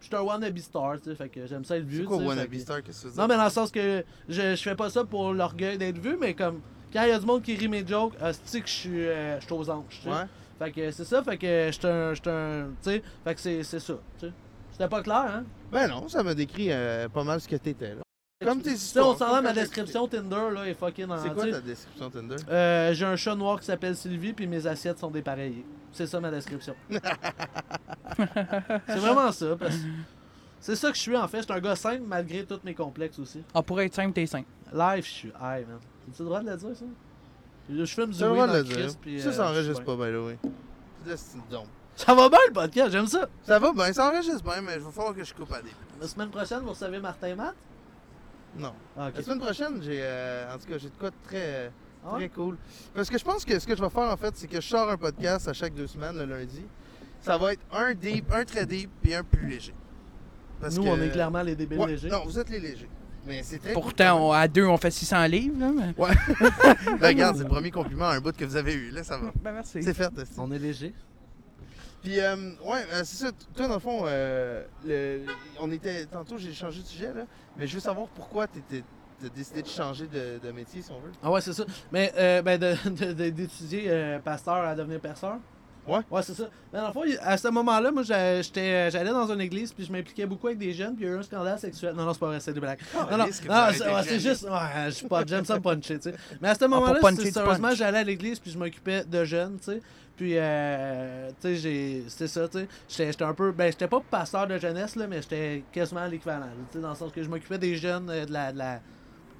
S2: je suis un wannabe star tu sais fait que j'aime ça être vu
S1: C'est quoi
S2: tu sais,
S1: Wannabe
S2: fait que-
S1: Star Qu'est-ce que ça
S2: non, mais dans le sens que je, je fais pas ça pour l'orgueil d'être vu, mais comme quand il y a du monde qui rit mes jokes, hostie que je suis euh, je suis aux anges. tu sais.
S1: Ouais.
S2: Fait que c'est ça, fait que je suis un. je suis un- Tu sais, fait que c'est c'est ça. tu sais. C'était pas clair, hein?
S1: Ben non, ça me décrit euh, pas mal ce que t'étais là. Comme tes
S2: Tu sais, on
S1: histoires.
S2: s'en va,
S1: comme
S2: ma
S1: quand j'ai-
S2: description Tinder, là, est fucking en.
S1: C'est
S2: tu
S1: quoi
S2: sais.
S1: ta description Tinder
S2: Euh, J'ai un chat noir qui s'appelle Sylvie, puis mes assiettes sont dépareillées. C'est ça
S1: [LAUGHS]
S2: ma description. c'est vraiment ça, parce que c'est ça que je suis en fait. Je suis un gars simple malgré tous mes complexes aussi.
S3: On pourrait Ah, être simple, t'es simple.
S2: Live, je suis high, man. T'as-tu le droit de le dire, ça? Je je fume du
S1: C'est le
S2: weed
S1: droit
S2: dans
S1: de le
S2: le Christ,
S1: dire.
S2: puis,
S1: ça, ça
S2: euh, je suis
S1: enregistre
S2: bien.
S1: pas, by the way. Là, c'est une dompe.
S2: Ça va bien, le podcast, j'aime ça.
S1: Ça va bien, ça enregistre bien, mais il va falloir que je coupe à des.
S2: La semaine prochaine, vous recevez Martin Matt.
S1: Non.
S2: Ah, ok.
S1: La semaine prochaine, j'ai. euh, en tout cas, j'ai de quoi de très. euh,
S2: Ah
S1: Très
S2: ouais?
S1: cool. Parce que je pense que ce que je vais faire en fait, c'est que je sors un podcast à chaque deux semaines le lundi. Ça va être un deep, un très deep et un plus léger. Parce
S2: Nous,
S1: que-
S2: on est clairement les débiles
S1: Ouais,
S2: légers.
S1: Non, vous êtes les légers. Mais c'est très.
S3: Pourtant, on- à deux, on fait 600 livres. Là, mais-
S1: cool. Ben, regarde, c'est le premier compliment à un bout que vous avez eu. Là, ça va.
S3: Ben, merci.
S1: C'est fait. esti.
S2: On est léger.
S1: Puis, euh, ouais, euh, c'est ça. Toi, dans le fond, euh, le- on était. Tantôt, j'ai changé de sujet, là. Mais je veux savoir pourquoi t'étais- t'as décidé de changer de, de métier, si on veut.
S2: [LAUGHS] Ah ouais, c'est ça. Mais euh, ben, de- de- de- d'étudier euh, pasteur à devenir perceur.
S4: Ouais.
S2: Ouais, c'est ça. Mais dans le fond, il- à ce moment-là, moi, j'a- j'étais- euh, j'allais dans une église, puis je m'impliquais beaucoup avec des jeunes, puis il y a eu un scandale sexuel. Non, non, c'est pas vrai, c'est des blagues.
S4: Ah,
S2: non, non, non,
S4: risque,
S2: c'est
S4: vous arrêtez
S2: ouais, c'est
S4: jamais.
S2: juste, ouais, je suis pas, j'aime ça puncher, tu sais. Mais à ce moment-là,
S3: pour puncher,
S2: c'est-
S3: tu
S2: sérieusement,
S3: punches.
S2: j'allais à l'église, puis je m'occupais de jeunes, tu sais. Puis, euh, tu sais, j'ai- c'était ça, tu sais. J'étais- J'étais un peu, ben, j'étais pas pasteur de jeunesse, là, mais j'étais quasiment l'équivalent, là, tu sais, dans le sens que je m'occupais des jeunes euh, de la- de la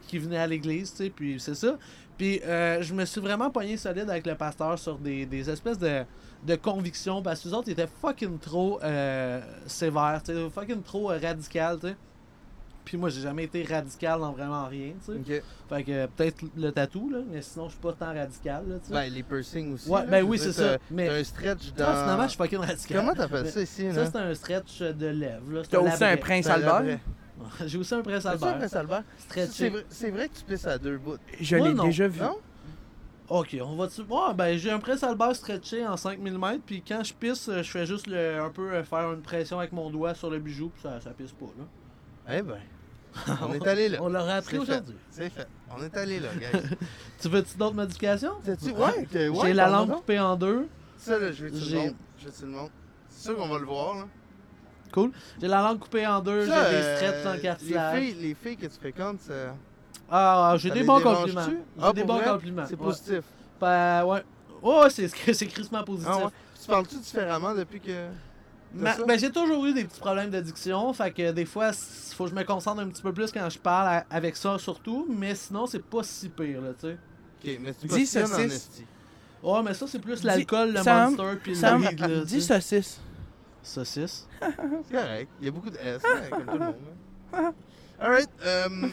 S2: qui venait à l'église, tu sais, puis c'est ça. Puis euh, je me suis vraiment pogné solide avec le pasteur sur des, des espèces de, de convictions, parce que les autres ils étaient fucking trop euh, sévères, tu sais, fucking trop euh, radical, tu sais. Puis moi, j'ai jamais été radical dans vraiment rien, tu sais.
S4: Ok.
S2: Fait que euh, peut-être le tatou, là, mais sinon, je suis pas tant radical, là, tu sais.
S1: Ben, les piercings aussi.
S2: Ouais,
S1: là, je
S2: ben oui,
S1: veux dire,
S2: c'est ça,
S1: t'as-
S2: mais-
S1: t'as un stretch dans.
S2: Ah, finalement, je suis fucking radical.
S1: Comment t'appelles ça
S2: Mais
S1: ici,
S2: Ça,
S1: là?
S2: c'est un stretch de lèvres, là. c'est
S3: T'as
S2: un
S3: aussi un
S2: labret.
S3: prince
S1: C'est un
S3: Albert?
S1: labret.
S2: [LAUGHS] J'ai aussi un prince
S1: C'est ça,
S2: Albert.
S1: Prince Albert? C'est
S2: Stretché.
S1: vrai- C'est vrai que tu pisses à deux bouts.
S3: Je
S2: Moi,
S3: l'ai
S2: non.
S3: déjà vu.
S1: Non?
S2: Ok, on va dessus. Ouais, ben j'ai un presse Albert stretché en 5 mm, puis quand je pisse, euh, je fais juste le, un peu euh, faire une pression avec mon doigt sur le bijou, puis ça, ça pisse pas, là.
S1: Eh ben. On est allé là.
S2: On l'aurait appris
S1: C'est fait.
S2: aujourd'hui.
S1: C'est fait. On est allé là, guys.
S2: [LAUGHS] Tu veux-tu d'autres modifications?
S1: T'as-tu- Ouais, que- ouais,
S2: j'ai la
S1: pardon
S2: langue
S1: donc.
S2: coupée en deux.
S1: Ça, là, je vais tout
S2: J'ai-
S1: le monde. Je vais tout le monde. C'est sûr qu'on va le voir, là.
S2: Cool. J'ai la langue coupée en deux, j'ai
S1: Ça,
S2: des
S1: euh,
S2: stretches en
S1: Les
S2: cartilage.
S1: filles, les filles que tu fréquentes, ça.
S2: Ah, j'ai
S1: ça
S2: des
S1: les
S2: bons
S1: dérange-tu?
S2: compliments. J'ai
S1: Ah,
S2: des
S1: pour
S2: bons
S1: vrai?
S2: compliments.
S1: C'est
S2: ouais.
S1: positif.
S2: Ben, ouais. Oh, c'est c'est crissement positif.
S1: Ah ouais. Tu parles-tu différemment depuis que. T'as
S2: Ma-
S1: ça?
S2: ben, j'ai toujours eu des petits problèmes d'addiction, fait que des fois, il faut que je me concentre un petit peu plus quand je parle à- avec ça surtout, mais sinon, c'est pas si pire, là, tu sais.
S1: Ok, mais tu
S3: Dix
S1: positionnes en
S3: saucisses.
S1: esti.
S2: Ouais, mais ça, c'est plus
S3: Dis-
S2: l'alcool, le
S3: Sam,
S2: monster, puis
S3: Sam,
S2: le weed, là, Ah, tu
S3: dis
S2: sais.
S3: saucisse.
S2: Saucisse.
S1: C'est correct. Il y a beaucoup de S, hein, comme tout le monde. hein. Alright. Um,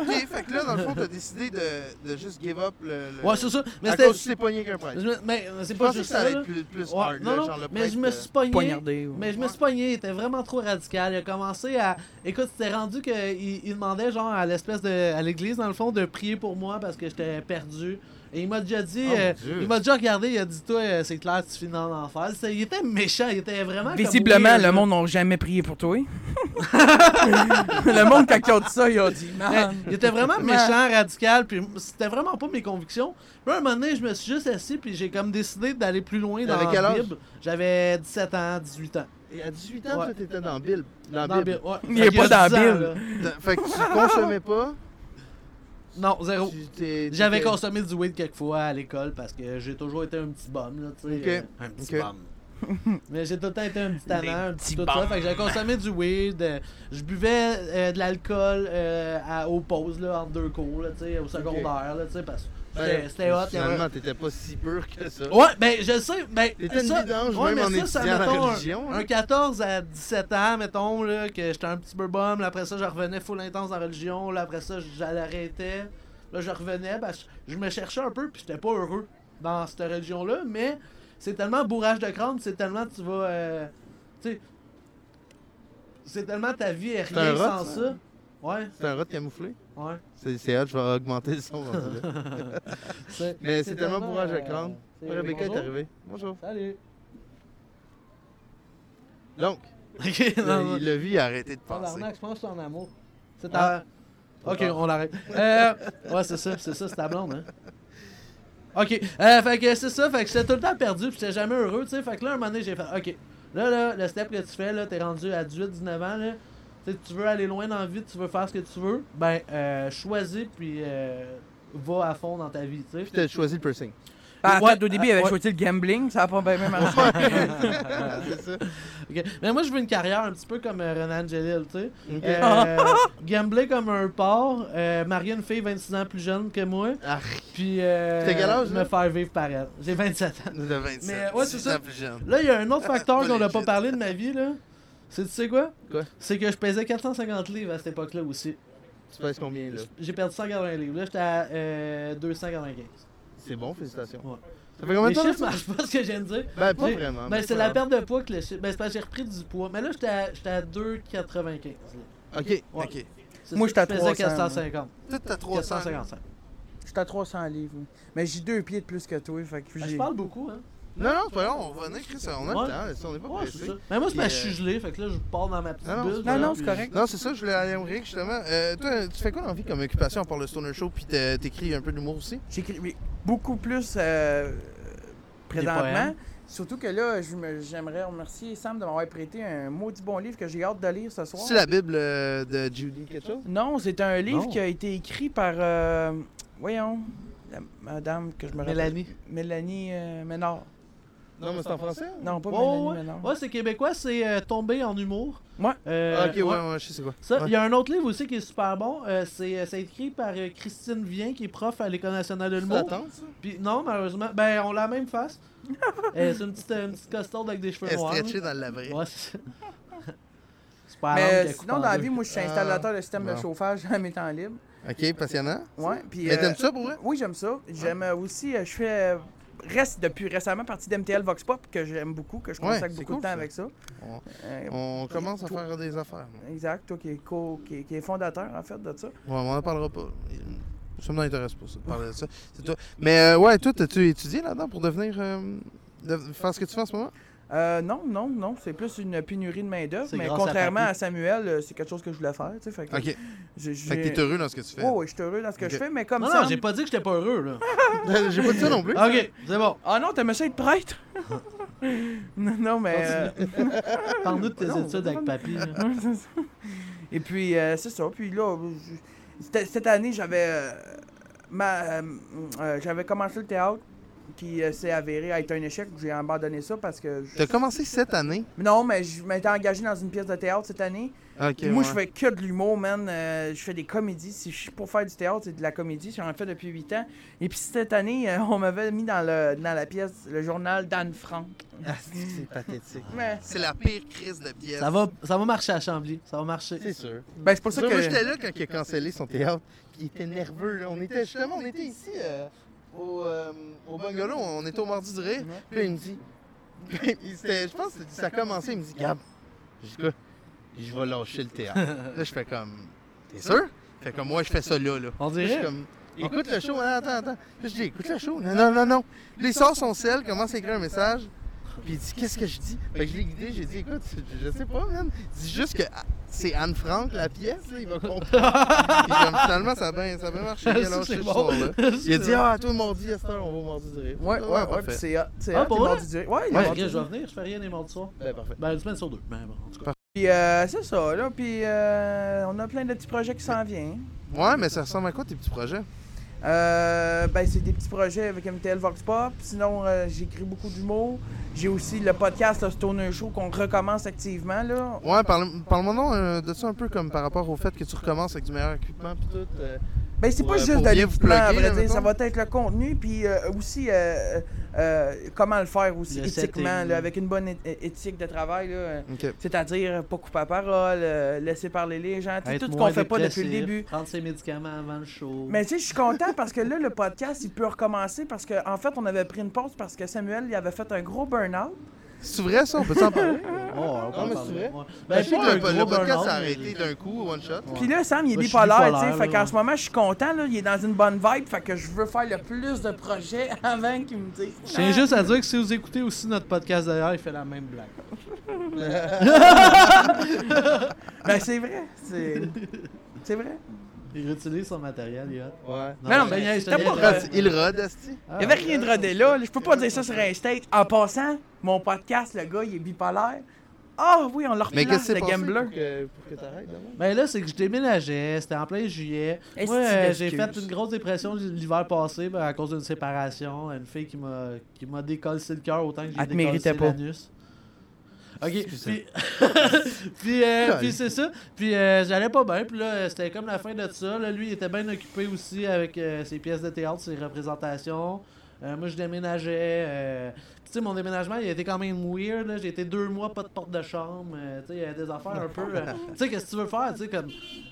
S1: ok, fait que là, dans le fond, t'as décidé de, de juste give up le. le-
S2: Ouais, c'est ça, mais
S1: à
S2: c'était...
S1: cause que tu t'es pogné qu'un
S2: je
S1: prêtre.
S2: me- Mais c'est
S1: Je
S2: pas
S1: pensais que
S2: juste
S1: ça
S2: ça,
S1: allait
S2: là.
S1: être plus, plus
S2: Ouais,
S1: hard,
S2: non,
S1: là,
S2: non,
S1: genre le
S2: mais je me
S1: prêtre, euh,
S2: suis pogné.
S3: Poignardé. ou-
S2: Mais je me
S1: Ouais.
S2: suis pogné, il était vraiment trop radical. Il a commencé à. Écoute, c'était rendu qu'il il demandait, genre, à l'espèce de. à l'église, dans le fond, de prier pour moi parce que j'étais perdu. Et il m'a déjà dit.
S1: Oh, mon
S2: euh,
S1: Dieu.
S2: il m'a déjà regardé, il a dit, toi, euh, c'est clair, tu finis en enfer. C'est- Il était méchant, il était vraiment. comme hein.
S3: Visiblement,
S2: weird,
S3: le
S2: là.
S3: monde n'a jamais prié pour toi. [LAUGHS] le monde, quand ils ont dit ça, ils ont dit
S2: Ouais,
S3: Man. Ben,
S2: il était vraiment méchant, radical, puis c'était vraiment pas mes convictions. Puis à un moment donné, je me suis juste assis, puis j'ai comme décidé d'aller plus loin dans
S1: T'avais quel
S2: la
S1: âge?
S2: Bible. J'avais 17 ans, 18 ans.
S1: Et à 18 ans,
S2: Ouais.
S1: toi, t'étais dans Bible. Dans,
S2: Dans la
S1: Bible.
S2: Bible, ouais.
S3: Il
S2: Fait
S3: est
S2: qu'il y a
S3: pas dans
S2: 10 ans,
S3: Bible.
S2: là.
S1: T'as- Fait que
S2: [LAUGHS]
S1: tu consommais pas.
S2: Non, zéro.
S1: tu t'es-
S2: J'avais
S1: t'étais-
S2: consommé du weed quelquefois à l'école parce que j'ai toujours été un petit bum, là, tu sais.
S1: Ok.
S2: euh, Un petit
S1: Ok.
S2: bum. [LAUGHS] Mais j'ai tout le temps été un petit tannant, un petit
S3: petits
S2: tout ça.
S3: bums.
S2: Fait que j'avais consommé du weed. euh, je buvais euh, de l'alcool euh, à- aux pauses, là, entre deux cours, là, tu sais, au secondaire, là, tu sais, parce que c'était-
S1: Ben,
S2: c'était hot. il y avait-
S1: Finalement, t'étais pas si pur que ça.
S2: Ouais, ben je le sais, ben
S1: T'étais une
S2: ça,
S1: vidange,
S2: ouais,
S1: même
S2: mais
S1: en
S2: ça, ça,
S1: étudiant la
S2: mettons, un-
S1: religion,
S2: Un,
S1: là.
S2: 14 à 17 ans, mettons, là, que j'étais un petit peu bum, là, après ça, je revenais full intense dans la religion, là, après ça, j'allais arrêter, là, je revenais, ben, je, je me cherchais un peu, puis j'étais pas heureux dans cette religion-là, mais c'est tellement bourrage de crâne, c'est tellement tu vas, euh, tu sais, c'est tellement ta vie est
S1: un
S2: rien
S1: rot,
S2: sans
S1: ça.
S2: ça. Ouais,
S1: C'est un rat camouflé.
S2: ouais.
S1: [LAUGHS] C'est c'est hot, je vais augmenter le son rendu
S2: [LAUGHS]
S1: là.
S2: c'est-
S1: Mais
S2: c'est
S1: c'est tellement bourrage à
S2: euh,
S1: crâne.
S2: c'est-
S1: Ouais, Rebecca est
S2: Bonjour.
S1: arrivée. Bonjour.
S2: Salut.
S1: [LAUGHS] Donc,
S2: Ok,
S1: il
S2: [LAUGHS] non, Ah, non.
S1: il l'a vu, il a arrêté de penser.
S2: Tabarnak, je pense que c'est en amour. C'est
S1: Ah.
S2: ta. Ok, on l'arrête. Euh, ouais, c'est ça, c'est ça, c'est ta blonde, hein. Ok, euh, fait que c'est ça, fait que j'étais tout le temps perdu, puis j'étais jamais heureux, tu sais. Fait que là, un moment donné, j'ai fait, ok, là, là, le step que tu fais, là, t'es rendu à 18, 19 ans, là. Tu sais, tu veux aller loin dans la vie, tu veux faire ce que tu veux, ben, euh, choisis, puis euh, va à fond dans ta vie, tu sais.
S1: Puis t'as choisi le
S2: [LAUGHS]
S1: piercing.
S3: Ah,
S2: Ouais,
S3: attends, au début, il avait
S2: ouais.
S3: choisi le gambling, ça n'a pas bien même marché.
S1: Ah, c'est ça.
S2: Ok. Mais moi, je veux une carrière un petit peu comme euh, Renan Angelil, tu sais.
S1: Ok. [LAUGHS]
S2: Euh, gambler comme un porc, euh, marier une fille 26 ans plus jeune que moi,
S1: Ah,
S2: puis euh,
S1: T'as quel âge, là?
S2: me faire vivre par elle. J'ai 27 ans.
S1: de 27.
S2: Mais ouais, c'est
S1: dix
S2: ça.
S1: ans plus jeune.
S2: Là, il y a
S1: [LAUGHS]
S2: un autre facteur
S1: Pas
S2: qu'on n'a pas
S1: legit.
S2: parlé de ma vie, là. C'est, tu sais quoi?
S1: Quoi?
S2: C'est que je pesais 450 livres à cette époque-là aussi.
S1: Tu pèses combien là
S2: J'ai perdu 180 livres. Là, j'étais à euh, 295.
S1: C'est bon, félicitations.
S2: Ouais.
S1: Ça fait combien de
S2: Les
S1: temps
S2: chiffres
S1: là,
S2: marchent pas ce que je viens de dire.
S1: ça? Ben, pas
S2: J'ai-
S1: vraiment.
S2: Ben,
S1: mais
S2: c'est
S1: pas
S2: la
S1: grave.
S2: perte de poids que le chiffre. Ben, c'est parce que j'ai repris du poids. Mais là, j'étais à, j'étais à 2,95. là.
S1: Ok.
S2: Ouais.
S4: Ok.
S2: C'est ça,
S3: Moi, j'étais à
S2: je pesais
S3: 300,
S2: 450.
S4: Tout à 300.
S2: 455.
S3: J'étais à 300 livres. oui. Mais j'ai deux pieds de plus que toi, fait que
S2: Ben,
S3: j'ai-
S2: je parle beaucoup, hein.
S1: Non, non, c'est pas grave, on va venir, Chris. On a
S2: Ouais.
S1: le temps, là, si on n'est pas
S2: Ouais, c'est
S1: pressé.
S2: ça. Mais moi, c'est
S1: Puis,
S2: parce que je
S1: euh,
S2: suis gelé, fait que là, je pars dans ma petite
S1: Non, non,
S2: bulle.
S1: c'est-
S3: Non,
S2: là,
S3: non,
S2: puis-
S3: c'est correct.
S1: Non, c'est ça, je voulais aller au Rick justement. Euh, toi, tu fais quoi dans la vie comme occupation pour le Stoner Show, puis t'é- t'écris un peu d'humour aussi
S3: J'écris oui, beaucoup plus euh,
S2: poèmes.
S3: présentement. Surtout que là, je me- j'aimerais remercier Sam de m'avoir prêté un maudit bon livre que j'ai hâte de lire ce soir.
S1: C'est la Bible euh, de Judy quelque chose?
S3: Non, c'est un livre
S2: Non.
S3: qui a été écrit par. euh, voyons, la madame que je me rappelle.
S2: Mélanie.
S3: Mélanie euh, Ménard.
S1: Non, mais c'est en français? hein?
S3: Non, pas
S2: Oh, Ouais,
S3: Mélanie Ménard.
S2: Ouais, c'est québécois, c'est euh, Tombé en humour.
S3: Ouais.
S2: Euh,
S1: Ah, ok, ouais, ouais, je sais c'est quoi.
S2: Ça, il
S1: Ouais.
S2: y a un autre livre aussi qui est super bon. euh, c'est euh, c'est écrit par euh, Christine Vien, qui est prof à l'École nationale de
S1: C'est
S2: l'humour.
S1: la tante, ça?
S2: Puis non, malheureusement, ben on l'a la même face. Euh, c'est une petite, euh, une petite costarde avec des
S1: Elle
S2: cheveux
S1: est
S2: noirs. là.
S1: stretchée dans le laverie.
S2: Ouais, c'est C'est pas
S3: Mais euh,
S2: la langue qui a coupé
S3: sinon,
S2: en
S3: dans la
S2: deux. Euh,
S3: vie, moi, je suis
S1: Ah,
S3: installateur de système de
S1: bon.
S3: chauffage [LAUGHS] à mes temps libres.
S1: Ok, passionnant.
S3: Ouais, puis.
S1: Mais
S3: euh,
S1: t'aimes ça pour vrai?
S3: Oui, j'aime ça. J'aime euh, aussi, euh, je fais. euh, Reste depuis récemment partie d'MTL Vox Pop que j'aime beaucoup, que je
S1: Ouais,
S3: consacre
S1: c'est
S3: beaucoup
S1: cool,
S3: de temps
S1: ça.
S3: avec ça.
S1: On-
S3: Euh,
S1: On commence à faire des affaires. moi.
S3: Exact, toi qui est, co- qui, est- qui est fondateur en fait de ça.
S1: Ouais, on en parlera pas. Ça m'intéresse pas, ça, de parler de ça. C'est toi. Mais euh, ouais, toi, t'as-tu étudié là-dedans pour devenir. euh, de- faire ce que tu fais en ce moment?
S3: Euh, non, non, non, c'est plus une pénurie de main-d'œuvre,
S2: C'est
S3: mais
S2: grâce à
S3: contrairement à,
S2: Papi.
S3: Samuel, euh, c'est quelque chose que je voulais faire. tu sais, Fait que
S1: Ok.
S3: j'ai-
S1: Fait que
S3: j'ai- Oh,
S1: t'es heureux dans ce que tu fais.
S3: Ouais, ouais, je suis heureux dans ce que
S1: Ok.
S3: je fais, mais comme
S2: Non,
S3: ça.
S2: non, j'ai pas dit que j'étais pas heureux, là.
S1: [LAUGHS] J'ai pas dit ça non plus.
S2: ok, c'est bon.
S3: Ah non, t'aimes ça être prêtre? [LAUGHS] non, non, mais. euh,
S2: Parle-nous de tes
S3: Non,
S2: études avec papy. là.
S3: [LAUGHS] Et puis, euh, c'est ça. Puis là, je- c'était- cette année, j'avais euh, ma- euh, euh, j'avais commencé le théâtre qui euh, s'est avéré être un échec. J'ai abandonné ça parce que. je-
S1: T'as commencé cette année.
S3: Non, mais je m'étais engagé dans une pièce de théâtre cette année.
S1: Ok.
S3: Moi,
S1: ouais.
S3: je fais que de l'humour, man. Euh, je fais des comédies. Si je suis pour faire du théâtre, c'est de la comédie. J'en fais depuis 8 ans. Et puis cette année, euh, on m'avait mis dans, le, dans la pièce le journal d'Anne Frank.
S5: Ah, c'est c'est pathétique.
S3: Mais,
S1: C'est la pire crise de pièce.
S2: Ça va, ça va marcher à Chambly. Ça va marcher.
S5: C'est sûr.
S3: ben, c'est pour ça
S5: Ça, Moi,
S3: que.
S5: j'étais là quand il a cancellé son théâtre. Puis il était nerveux. là. On était justement, on était ici euh, au, euh, au
S1: Au bungalow,
S5: bungalow.
S1: on était au mardi du rire.
S5: Puis là, il me dit. [LAUGHS] il s'était- je pense que ça a commencé. Il me dit, Gab, je dis quoi? Je vais lâcher le théâtre. là, je fais comme. T'es sûr? Fait comme moi, je fais ça là. là.
S2: [LAUGHS] On
S5: Là, je suis
S2: dirait.
S5: comme, écoute le show, Ah, attends, attends. Là, je dis, écoute le show. Non, non, non, non. Là, il sort son sel, commence à écrire un message. Puis il dit, qu'est-ce que je dis? Fait que je l'ai guidé, j'ai dit, écoute, je- je sais pas, man. Dis juste que ah, c'est Anne Frank, la pièce, là, il va comprendre. Puis comme, finalement, ça a bien, ça a bien marché. Il a
S2: [LAUGHS] Ça,
S5: lâché
S2: c'est
S5: le
S2: bon.
S5: soir, là. Il a
S2: [LAUGHS] C'est
S5: dit, ah, toi, mardi, à cette heure, on va au mardi Ah, du rire.
S3: Ouais, ouais, ouais.
S1: parfait.
S3: puis c'est hot. C'est
S2: Ah,
S3: hot,
S2: pour
S3: les
S2: vrai?
S3: mardis du- Ouais, les
S2: Ouais,
S3: mardis
S2: gars,
S3: du-
S2: je vais venir, je fais rien les mardis soir.
S5: Ben, parfait.
S2: Ben, une semaine sur deux. Ben, bon, en tout cas.
S3: Puis euh, c'est ça, là. Puis euh, on a plein de petits projets qui s'en viennent.
S1: Ouais, mais ça ressemble à quoi tes petits projets?
S3: Euh, ben, c'est des petits projets avec MTL Vox Pop. Sinon, euh, j'écris beaucoup d'humour. J'ai aussi le podcast, le Stoner Show, qu'on recommence activement, là.
S1: Ouais, parle- parle-moi donc euh, de ça un peu comme par rapport au fait que tu recommences avec du meilleur équipement.
S5: Puis tout, euh,
S3: Ben, c'est
S1: Pour,
S3: pas
S1: euh,
S3: juste
S1: pour
S3: de
S1: bien vous
S3: l'équipement, à
S1: plugger,
S3: vrai
S1: là,
S3: dire. Ça va
S1: mettons.
S3: être le contenu, puis euh, aussi euh, euh, comment le faire aussi
S2: Le
S3: éthiquement,
S2: setting.
S3: là, avec une bonne éth- éthique de travail, là. euh,
S1: Ok.
S3: C'est-à-dire pas couper la parole, euh, laisser parler les gens, tu sais,
S2: Être
S3: tout ce qu'on
S2: moins
S3: fait pas depuis le
S2: dépressif,
S3: début.
S2: Prendre ses médicaments avant le show.
S3: Mais tu sais, je suis content parce que là, le podcast, il peut recommencer parce qu'en en fait, on avait pris une pause parce que Samuel, il avait fait un gros burn-out.
S1: C'est vrai ça? On peut s'en parler?
S2: Oh, on
S5: Non, mais
S2: parle
S5: c'est
S2: de-
S5: vrai.
S2: ouais.
S5: Ben, je sais
S2: pas
S5: que
S2: un
S5: le,
S2: gros
S5: le podcast
S2: burn-out,
S5: s'est
S2: mais-
S5: arrêté d'un coup, one shot.
S3: Puis là, Sam, il est
S2: Moi, je suis
S3: bipolaire, tu sais.
S2: bipolaire,
S3: Fait
S2: là,
S3: qu'en
S2: ouais.
S3: ce moment, je suis content, là. Il est dans une bonne vibe. Fait que je veux faire le plus de projets [LAUGHS] avant qu'il me dise.
S2: Je tiens juste à dire que si vous écoutez aussi notre podcast d'ailleurs, il fait la même blague.
S3: Ben, c'est vrai. C'est. [LAUGHS] C'est vrai.
S2: Il réutilise son matériel, il a.
S5: Ouais.
S3: Non, non,
S2: je
S3: mais
S2: te niaise, je te
S3: c'était
S2: niaise.
S3: pas
S5: Quand il rôde, Asti.
S3: Il y avait rien de rodé là. là. Je peux pas dire ça sur un stage. En passant, mon podcast, le gars, il est bipolaire. Ah oui, on l'a
S1: Mais qu'est-ce
S3: replace,
S1: qui s'est
S3: le
S1: passé?
S3: gambler.
S5: Pour que, pour que t'arrêtes demain.
S2: Ben là, c'est que je déménageais, c'était en plein juillet.
S3: Est-ce
S2: Moi,
S3: que tu
S2: euh, j'ai
S3: l'excuses?
S2: fait une grosse dépression l'hiver passé ben, à cause d'une séparation. Une fille qui m'a qui m'a décollé le cœur autant que j'ai
S3: Elle te
S2: décollé
S3: méritait pas.
S2: l'anus. Ok, puis, puis, [LAUGHS] euh, puis c'est ça. Puis euh, j'allais pas bien. Puis là, c'était comme la fin de ça. Là, lui, il était bien occupé aussi avec euh, ses pièces de théâtre, ses représentations. Euh, moi, je déménageais. euh, puis tu sais, mon déménagement, il a été quand même weird. là. J'ai été deux mois pas de porte de chambre. euh, tu sais, il y a des
S1: [LAUGHS]
S2: affaires un peu. euh, tu sais, qu'est-ce que tu veux faire? Tu sais, comme.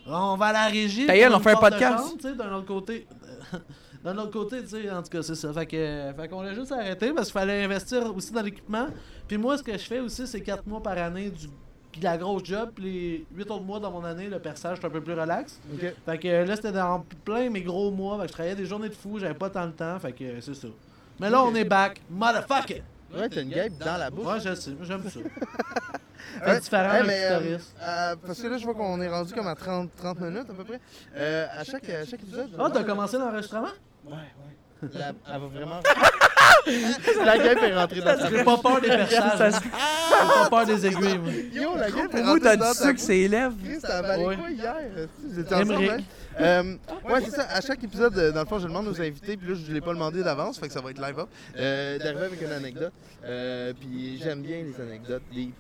S2: On va à la régie.
S3: Ta gueule,
S2: pour
S3: on
S2: une
S3: fait un
S2: porte de
S3: podcast.
S2: chambre, Tu sais, d'un autre côté. [LAUGHS] D'un autre côté, tu sais, en tout cas, c'est ça. Fait, que, fait qu'on a juste arrêté parce qu'il fallait investir aussi dans l'équipement. Puis moi, ce que je fais aussi, c'est 4 mois par année du, de la grosse job. Puis les 8 autres mois dans mon année, le perçage, est un peu plus relax.
S5: Ok.
S2: Fait que là, c'était dans plein mes gros mois. Fait que je travaillais des journées de fou, j'avais pas tant le temps. Fait que c'est ça. Mais là, on est back. Motherfucker!
S5: Ouais, t'as une guêpe dans la bouche.
S2: Moi, je sais, j'aime
S1: [LAUGHS]
S2: ça.
S1: Ouais.
S2: C'est différent
S1: Hey,
S2: d'un
S1: mais, euh,
S2: guitariste.
S1: euh, parce que là, je vois qu'on est rendu comme à 30, 30 minutes à peu près. Euh, à, chaque, à chaque épisode. je
S2: Ah, t'as
S1: demande-
S2: commencé l'enregistrement?
S5: Ouais, ouais. La- Elle va vraiment. [LAUGHS] La guêpe est rentrée dans ta
S2: J'ai pas peur [LAUGHS] des perçages.
S3: Ça
S2: J'ai pas peur des aiguilles, moi.
S5: Yo, la guêpe est
S3: Pour vous, t'as
S5: rentrée dans
S3: du
S5: ta
S3: sucre,
S5: bouche.
S3: c'est les lèvres.
S5: Chris, t'as avalé
S2: Ouais.
S5: quoi hier? Vous étiez ensemble,
S2: Aymeric.
S5: hein? Euh, ouais, c'est ça. À chaque épisode, euh, dans le fond, je demande aux invités, puis là, je ne l'ai pas demandé d'avance, fait que ça va être live up, euh, d'arriver avec une anecdote. Euh, puis j'aime bien les anecdotes deep,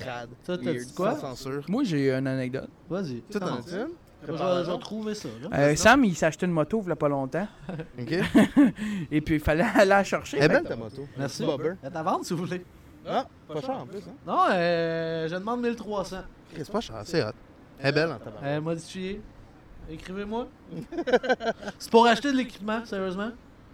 S5: crades,
S2: Toi, t'as
S5: weird,
S2: dit quoi?
S5: sans censure.
S3: Moi, j'ai une anecdote.
S2: Vas-y.
S5: Toi, t'en
S2: commence.
S5: as une?
S2: Je vais je vais retrouver ça, là.
S3: Euh, Sam, il s'est acheté une moto il y a pas longtemps.
S5: Ok.
S3: Et puis, il fallait [LAUGHS] aller la chercher.
S2: Eh
S5: Elle est belle ta moto.
S2: Merci.
S5: Bobber.
S2: À ta vente, si vous voulez.
S5: Ah, pas cher en plus. Hein?
S2: Non, euh, je demande 1300.
S5: Chris, pas cher, c'est hot. Elle est belle en tabac.
S2: Euh, modifié.
S5: [LAUGHS]
S2: Écrivez-moi. C'est pour acheter de l'équipement, sérieusement.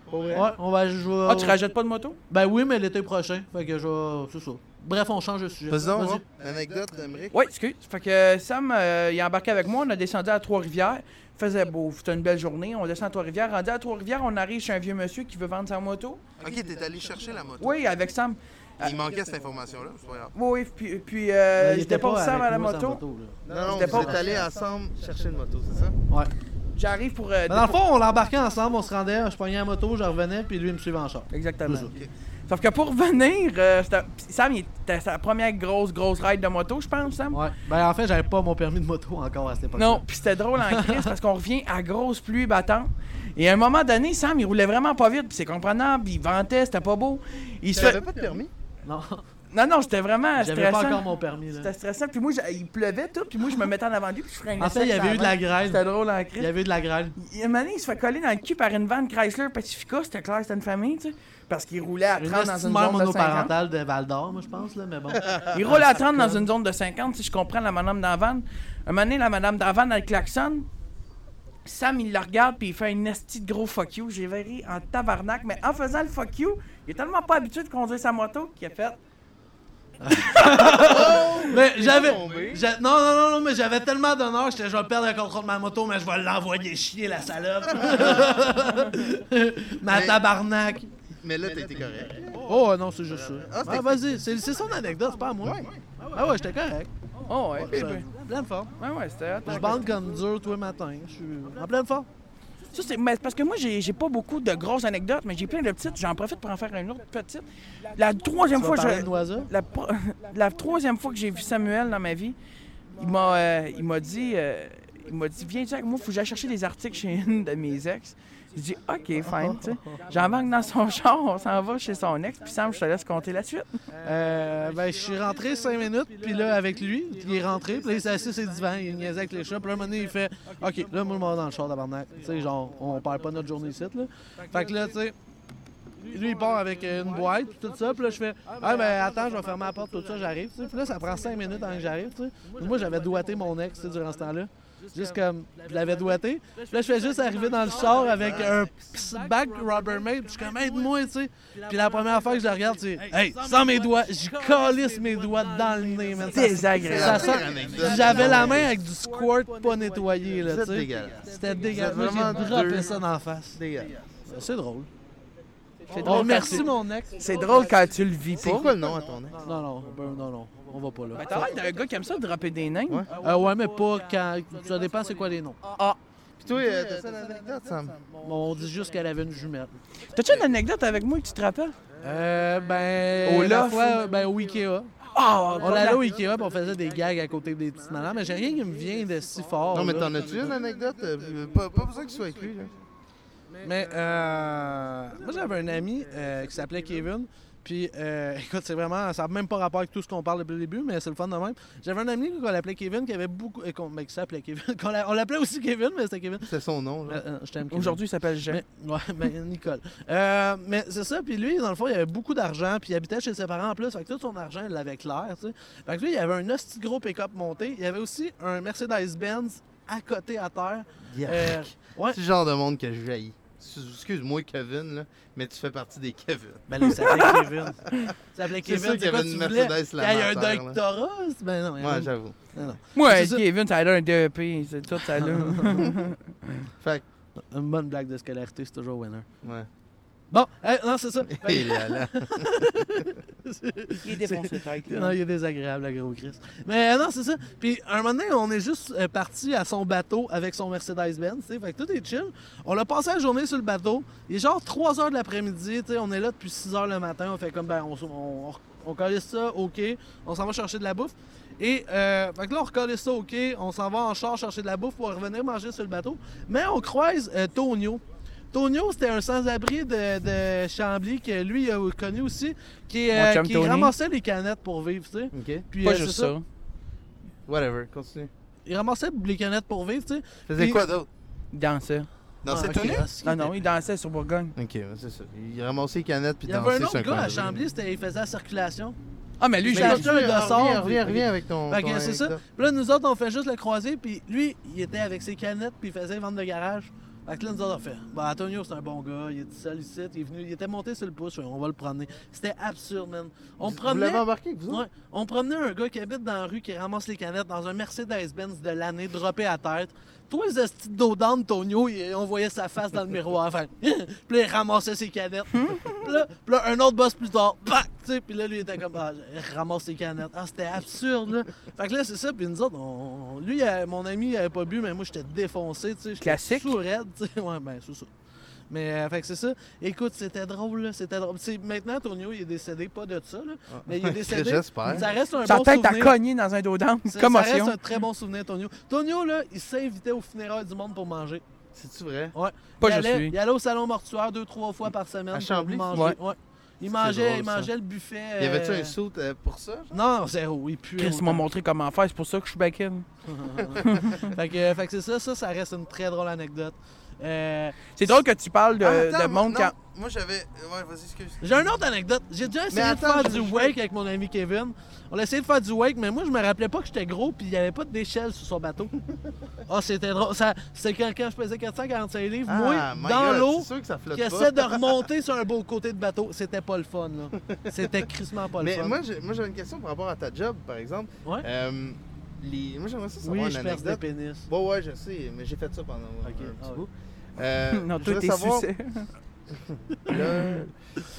S5: Pour vrai?
S2: Ouais, on va. je vais-
S3: Ah, tu rajoutes pas de moto?
S2: Ben oui, mais l'été prochain. Fait que je vais. C'est ça. Bref, on change de sujet.
S1: Vas-y donc,
S2: Vas-y.
S3: Euh,
S2: Ben,
S1: hein. anecdote d'Amérique.
S3: Oui, excuse. Fait que Sam, euh, il a embarqué avec moi. On a descendu à Trois-Rivières. Faisait beau, c'était une belle journée. On descend à Trois-Rivières. Rendu à Trois-Rivières, on arrive chez un vieux monsieur qui veut vendre sa moto.
S1: Ok, t'es allé chercher la moto.
S3: Oui, avec Sam.
S1: Il manquait cette information-là, c'est pas grave.
S3: Oui, oui, puis, puis euh,
S2: Il
S3: je
S2: était
S3: dépose
S2: pas
S3: Sam à
S2: avec
S3: la
S2: moi sur
S3: moto.
S2: là.
S5: Non, non,
S3: C'était
S5: vous
S3: pas-
S5: êtes allés ensemble chercher une moto, c'est ça?
S2: Ouais.
S3: J'arrive pour. euh,
S2: Mais dans le fond, on l'embarquait ensemble, on se rendait, je pognais la moto, je revenais, puis lui, il me suivait en char.
S3: Exactement.
S2: C'est ça.
S3: Sauf que pour [LAUGHS] venir, euh, c'était- Sam, il- c'était sa première grosse, grosse ride de moto, je pense, Sam.
S2: Ouais. Ben en fait, j'avais pas mon permis de moto encore à cette époque.
S3: Non, puis c'était drôle en crise parce qu'on revient à grosse pluie battante. Et à un moment donné, Sam, il roulait vraiment pas vite, puis c'est comprenable, il ventait, c'était pas beau. Il se
S5: Tu
S3: fait-
S5: n'avais pas de permis?
S2: Non. [LAUGHS]
S3: Non, non, c'était vraiment
S2: J'avais pas
S3: stressant.
S2: encore mon permis, là.
S3: C'était stressant, puis moi, j'a- il pleuvait tout, puis moi, je me mettais en avant de lui, puis je freinais
S2: En fait, il y
S3: sec
S2: avait eu de
S3: avant.
S2: la graine.
S3: C'était drôle en
S2: Il
S3: crise.
S2: y avait eu de la graine.
S3: Il, un moment donné, il se fait coller dans le cul par une van Chrysler Pacifica, c'était clair, c'était une famille, tu sais. Parce qu'il roulait à 30 dans
S2: Une
S3: une
S2: mère
S3: zone de 50.
S2: monoparentale de Val d'Or, moi, je pense, là, [LAUGHS] mais bon.
S3: Il roule à 30 dans une zone de 50, si je comprends la madame d'Avan. Un moment donné, la madame d'Avan, elle klaxonne. Sam, il la regarde, puis il fait un esti de gros fuck you. J'ai verri en tabarnak, mais en faisant le fuck you, il est tellement pas habitué de conduire sa moto qu'il a fait.
S2: Mais j'avais.
S5: tombé.
S2: j'a- Non, non, non, non, mais j'avais tellement d'honneur, j'étais, je vais perdre le contrôle de ma moto, mais je vais l'envoyer chier, la [LAUGHS] salope. ma
S1: Mais-
S2: tabarnak.
S1: Mais là, t'as été correct.
S2: Oh, non, c'est juste ça.
S1: Ah, c'était-
S2: Ah, vas-y, c'est c'est son anecdote, c'est pas à moi. Ah, ouais, Eh ben. j'étais correct.
S3: Oh, ouais,
S2: Je-
S3: puis-
S2: Pleine forme.
S3: ouais, ouais, c'était hot.
S2: Je bande comme dur tous les matins. Je suis en pleine forme.
S3: Ça, c'est mais c'est parce que moi, j'ai j'ai pas beaucoup de grosses anecdotes, mais j'ai plein de petites. J'en profite pour en faire une autre petite. La troisième
S2: Tu vas
S3: fois,
S2: parler
S3: je.
S2: de Noisa?
S3: La, pro- [LAUGHS] la troisième fois que j'ai vu Samuel dans ma vie, il m'a, euh, il m'a dit, euh, il m'a dit, viens avec moi, faut que j'aille chercher des articles chez une de mes ex. J'ai dit, ok, fine, tu sais. J'embarque dans son [LAUGHS] char, on s'en va chez son ex, puis Sam, je te laisse compter la suite.
S2: Euh, ben, je suis rentré cinq minutes, puis là, avec lui, il est rentré, puis là, il s'est assis sur le divan, il niaisait avec les chats, puis là, un moment donné, il fait « Ok, là, moi, je m'en vais dans le char, tabarnak. » Tu sais, genre, on perd pas notre journée ici, là. Fait que là, tu sais, lui, il part avec euh, une boîte, puis tout ça, puis là, je fais « Ah, ben, attends, je vais fermer la porte, tout ça, j'arrive. » Tu sais, Puis là, ça prend cinq minutes avant que j'arrive, tu sais. Puis Moi, j'avais doigté mon ex, tu sais, durant ce temps-là. Juste comme, je l'avais doigté. Puis là, je fais juste arriver dans le char avec un ps- bac Rubbermaid. Puis je suis comme, aide-moi, tu sais. Puis la première fois que je le regarde, c'est, hey, sans mes doigts, je calisse mes doigts dans le nez, man. Ça-
S3: Désagréable.
S2: Ça
S1: C'est la pire
S2: sent.
S1: anecdote.
S2: J'avais la main avec du squirt pas nettoyé, là,
S1: Vous
S2: tu
S1: êtes
S2: sais.
S1: dégueulasse.
S2: C'était dégueulasse.
S1: Vous
S2: Moi,
S1: êtes
S2: j'ai
S1: vraiment
S2: droppé
S1: deux.
S2: ça d'en face.
S1: Dégueulasse.
S2: C'est drôle.
S3: C'est
S2: On
S3: drôle,
S2: remercie
S3: quand tu-
S2: mon ex.
S3: c'est drôle quand tu le vis
S5: C'est
S3: pas.
S5: quoi le nom à ton ex?
S2: Non, non, ben, non, non. On va pas là.
S3: Mais Ben, t'as l'air d'un gars qui aime ça, dropper des nains.
S5: Ouais.
S2: Euh, ouais, mais pas quand. Ça dépend c'est quoi les noms.
S5: Puis toi, euh, t'as ça une anecdote, Sam?
S2: Bon, on dit juste qu'elle avait une jumelle.
S3: T'as-tu une anecdote avec moi que tu te rappelles?
S2: Euh, ben.
S3: Au
S2: la
S3: loft.
S2: fois, ben, au Ikea.
S3: Ah,
S2: On allait au Ikea, puis on faisait des gags à côté des petites malins, mais j'ai rien qui me vient de si fort.
S5: Non, mais
S2: là.
S5: t'en as-tu une anecdote? Euh, Pas, pas besoin que tu sois avec lui, là.
S2: Mais, euh, moi, j'avais un ami euh, qui s'appelait Kevin. Puis, euh, [LAUGHS] écoute, c'est vraiment, ça n'a même pas rapport avec tout ce qu'on parle depuis le début, mais c'est le fun de même. J'avais un ami qu'on l'appelait Kevin, qui avait beaucoup. euh, qu'on- mais qui s'appelait Kevin. [LAUGHS] qu'on l'a- on l'appelait aussi Kevin, mais c'était Kevin.
S5: C'est son nom,
S2: Euh,
S5: là.
S2: euh, je t'aime, Kevin.
S3: Aujourd'hui, il s'appelle Jean.
S2: Mais- ouais, mais [LAUGHS] Nicole. Euh, mais c'est ça, puis lui, dans le fond, il avait beaucoup d'argent, puis il habitait chez ses parents en plus, fait que tout son argent, il l'avait clair, tu sais. Fait que lui, il avait un hostie gros pick-up monté, il avait aussi un Mercedes-Benz à côté à terre. Euh, ouais.
S5: C'est le genre de monde que je jaillis. Excuse-moi, Kevin, là, mais tu fais partie des Kevin.
S2: [LAUGHS] Ben là, il s'appelait Kevin. Il s'appelait
S5: C'est sûr
S2: Kevin,
S5: qu'il y
S2: c'est quoi
S5: avait
S2: tu
S5: une
S2: voulais?
S5: Mercedes
S2: Il y a un
S5: là-bas à terre, là.
S2: doctorat? Ben non, il y avait
S5: Ouais,
S2: une-
S5: j'avoue.
S2: non, non.
S3: Moi,
S2: C'est ça.
S3: Kevin, ça a l'air un DEP, c'est tout, ça a l'air.
S5: Fait que,
S2: Une bonne blague de scolarité, c'est toujours winner.
S5: ouais.
S2: Bon, hey,
S5: [LAUGHS]
S2: non, c'est ça.
S1: Et là,
S2: [LAUGHS]
S1: là.
S3: Il est [LAUGHS] défoncé tête.
S2: Non, il est désagréable, le gros Chris. Mais euh, non, c'est ça. Puis un moment donné, on est juste euh, parti à son bateau avec son Mercedes-Benz, tu sais. Fait que tout est chill. On l'a passé la journée sur le bateau. Il est genre 3 h de l'après-midi, tu sais. On est là depuis 6 h le matin. On fait comme, ben, on, s- on, on, on calisse ça, OK. On s'en va chercher de la bouffe. Et, euh, fait que là, on recalisse ça, OK. On s'en va en char chercher de la bouffe pour revenir manger sur le bateau. Mais on croise euh, Tonio. Tonio, c'était un sans-abri de, de Chambly que lui il a connu aussi, qui,
S3: Mon
S2: euh,
S3: chum
S2: qui
S3: Tony.
S2: ramassait les canettes pour vivre, tu sais.
S1: Ok.
S2: Puis,
S3: Pas
S2: euh,
S3: juste
S2: c'est
S3: ça.
S1: Whatever, continue.
S2: Il ramassait les canettes pour vivre, tu sais.
S1: Faisait
S2: Puis-
S1: quoi d'autre
S3: Il dansait.
S1: Dans
S2: Ah,
S1: cette
S2: ok.
S1: tenue
S3: Non, non, il dansait sur Bourgogne.
S1: Ok, ouais, c'est ça. Il ramassait les canettes puis
S2: Il y avait
S1: dansait
S2: un
S1: sur
S2: autre gars à
S1: coin de rue.
S2: Chambly, c'était, il faisait la circulation.
S3: Ah, mais lui,
S2: Mais
S3: j'ai
S2: il a
S3: acheté.
S2: acheté un gars sort,
S1: Reviens,
S2: puis-
S1: reviens, reviens avec ton.
S2: Fait que
S1: ton
S2: c'est ça.
S1: anecdote.
S2: Puis là, nous autres, on fait juste le croiser, puis lui, il était avec ses canettes, puis il faisait vendre de garage. Fait que là, nous autres, on fait Bah, Antonio, c'est un bon gars, il est seul ici, il est venu, il était monté sur le pouce, fait, on va le promener. C'était absurde, man. On
S1: Vous
S2: promenait.
S1: l'avez embarqué, vous autres?
S2: Ouais, on promenait un gars qui habite dans la rue qui ramasse les canettes dans un Mercedes-Benz de l'année, droppé à tête. Toi, ce petit dos d'âne, Tonio, il- on voyait sa face dans le miroir. Enfin, [LAUGHS] puis là, il ramassait ses canettes. puis, là, puis là, un autre boss plus tard, pac, tu sais, puis là, lui, il était comme, ah, il ramasse ses canettes. Ah, c'était absurde, là. Fait que là, c'est ça, puis nous autres, on, on- lui, il avait- mon ami, il avait pas bu, mais moi, j'étais défoncé, tu sais. j'étais
S3: Classique.
S2: sous raide, tu sais. Ouais, ben, c'est ça. Mais, euh, fait que c'est ça. Écoute, c'était drôle, là. C'était drôle. Tu sais, maintenant, Tonio, il est décédé, pas de ça, là. Mais il
S1: [LAUGHS]
S2: est décédé.
S1: Ah. J'espère.
S2: Ça reste un
S3: Sa
S2: bon
S3: tête a
S2: souvenir.
S3: cogné dans un dos d'âme.
S2: Ça- Ça
S3: Commotion.
S2: reste un très bon souvenir, Tonio. Tonio, là, il s'invitait aux funérailles du monde pour manger.
S1: C'est-tu vrai?
S2: Ouais.
S3: Pas
S2: il,
S3: juste
S2: allait,
S3: lui.
S2: il allait au salon mortuaire deux, trois fois par semaine
S1: À
S2: pour
S1: Chambly?
S2: manger.
S3: Ouais.
S2: Ouais. Il
S1: C'est
S2: mangeait,
S1: drôle,
S2: il
S1: ça.
S2: mangeait le buffet.
S1: Y avait-tu
S2: euh,
S1: un saut pour ça? genre?
S2: Non, zéro. Il pue.
S3: Chris m'a montré comment faire, c'est pour ça que je suis back in.
S2: [LAUGHS] fait que, euh, fait que c'est ça, ça, ça reste une très drôle anecdote. Euh,
S3: C'est drôle que tu parles de,
S1: Ah, attends,
S3: de monde
S1: non,
S3: quand. [CLEARS THROAT]
S1: Moi j'avais. Ouais, vas-y, excuse.
S2: J'ai une autre anecdote. J'ai déjà essayé
S1: attends,
S2: de faire
S1: je-
S2: du
S1: je-
S2: wake avec mon ami Kevin. On a essayé de faire du wake, mais moi, je me rappelais pas que j'étais gros puis il n'y avait pas de d'échelle sur
S1: [LAUGHS]
S2: son bateau. Ah, c'était drôle. Ça- C'était quand, quand je pesais 445 livres,
S1: Ah, my
S2: moi, dans
S1: God,
S2: l'eau,
S1: C'est sûr que ça flotte
S2: qui
S1: pas. [LAUGHS]
S2: essaie de remonter sur un beau côté de bateau. C'était pas le fun, là. C'était crissement pas le
S1: Mais
S2: fun.
S1: moi, j'ai- moi, j'avais une question par rapport à ta job, par exemple.
S2: Ouais.
S1: Euh, les... Moi, j'aimerais ça savoir
S2: oui,
S1: une
S2: je perds des
S1: anecdote.
S2: pénis.
S1: Bon, ouais, je sais, mais j'ai fait ça pendant
S2: Ok,
S1: un
S2: ah
S1: petit
S2: ouais.
S1: bout.
S2: [LAUGHS]
S1: Euh,
S3: non,
S1: je
S3: toi,
S1: voudrais
S3: t'es
S1: savoir-
S3: sucé.
S1: là,
S2: [LAUGHS]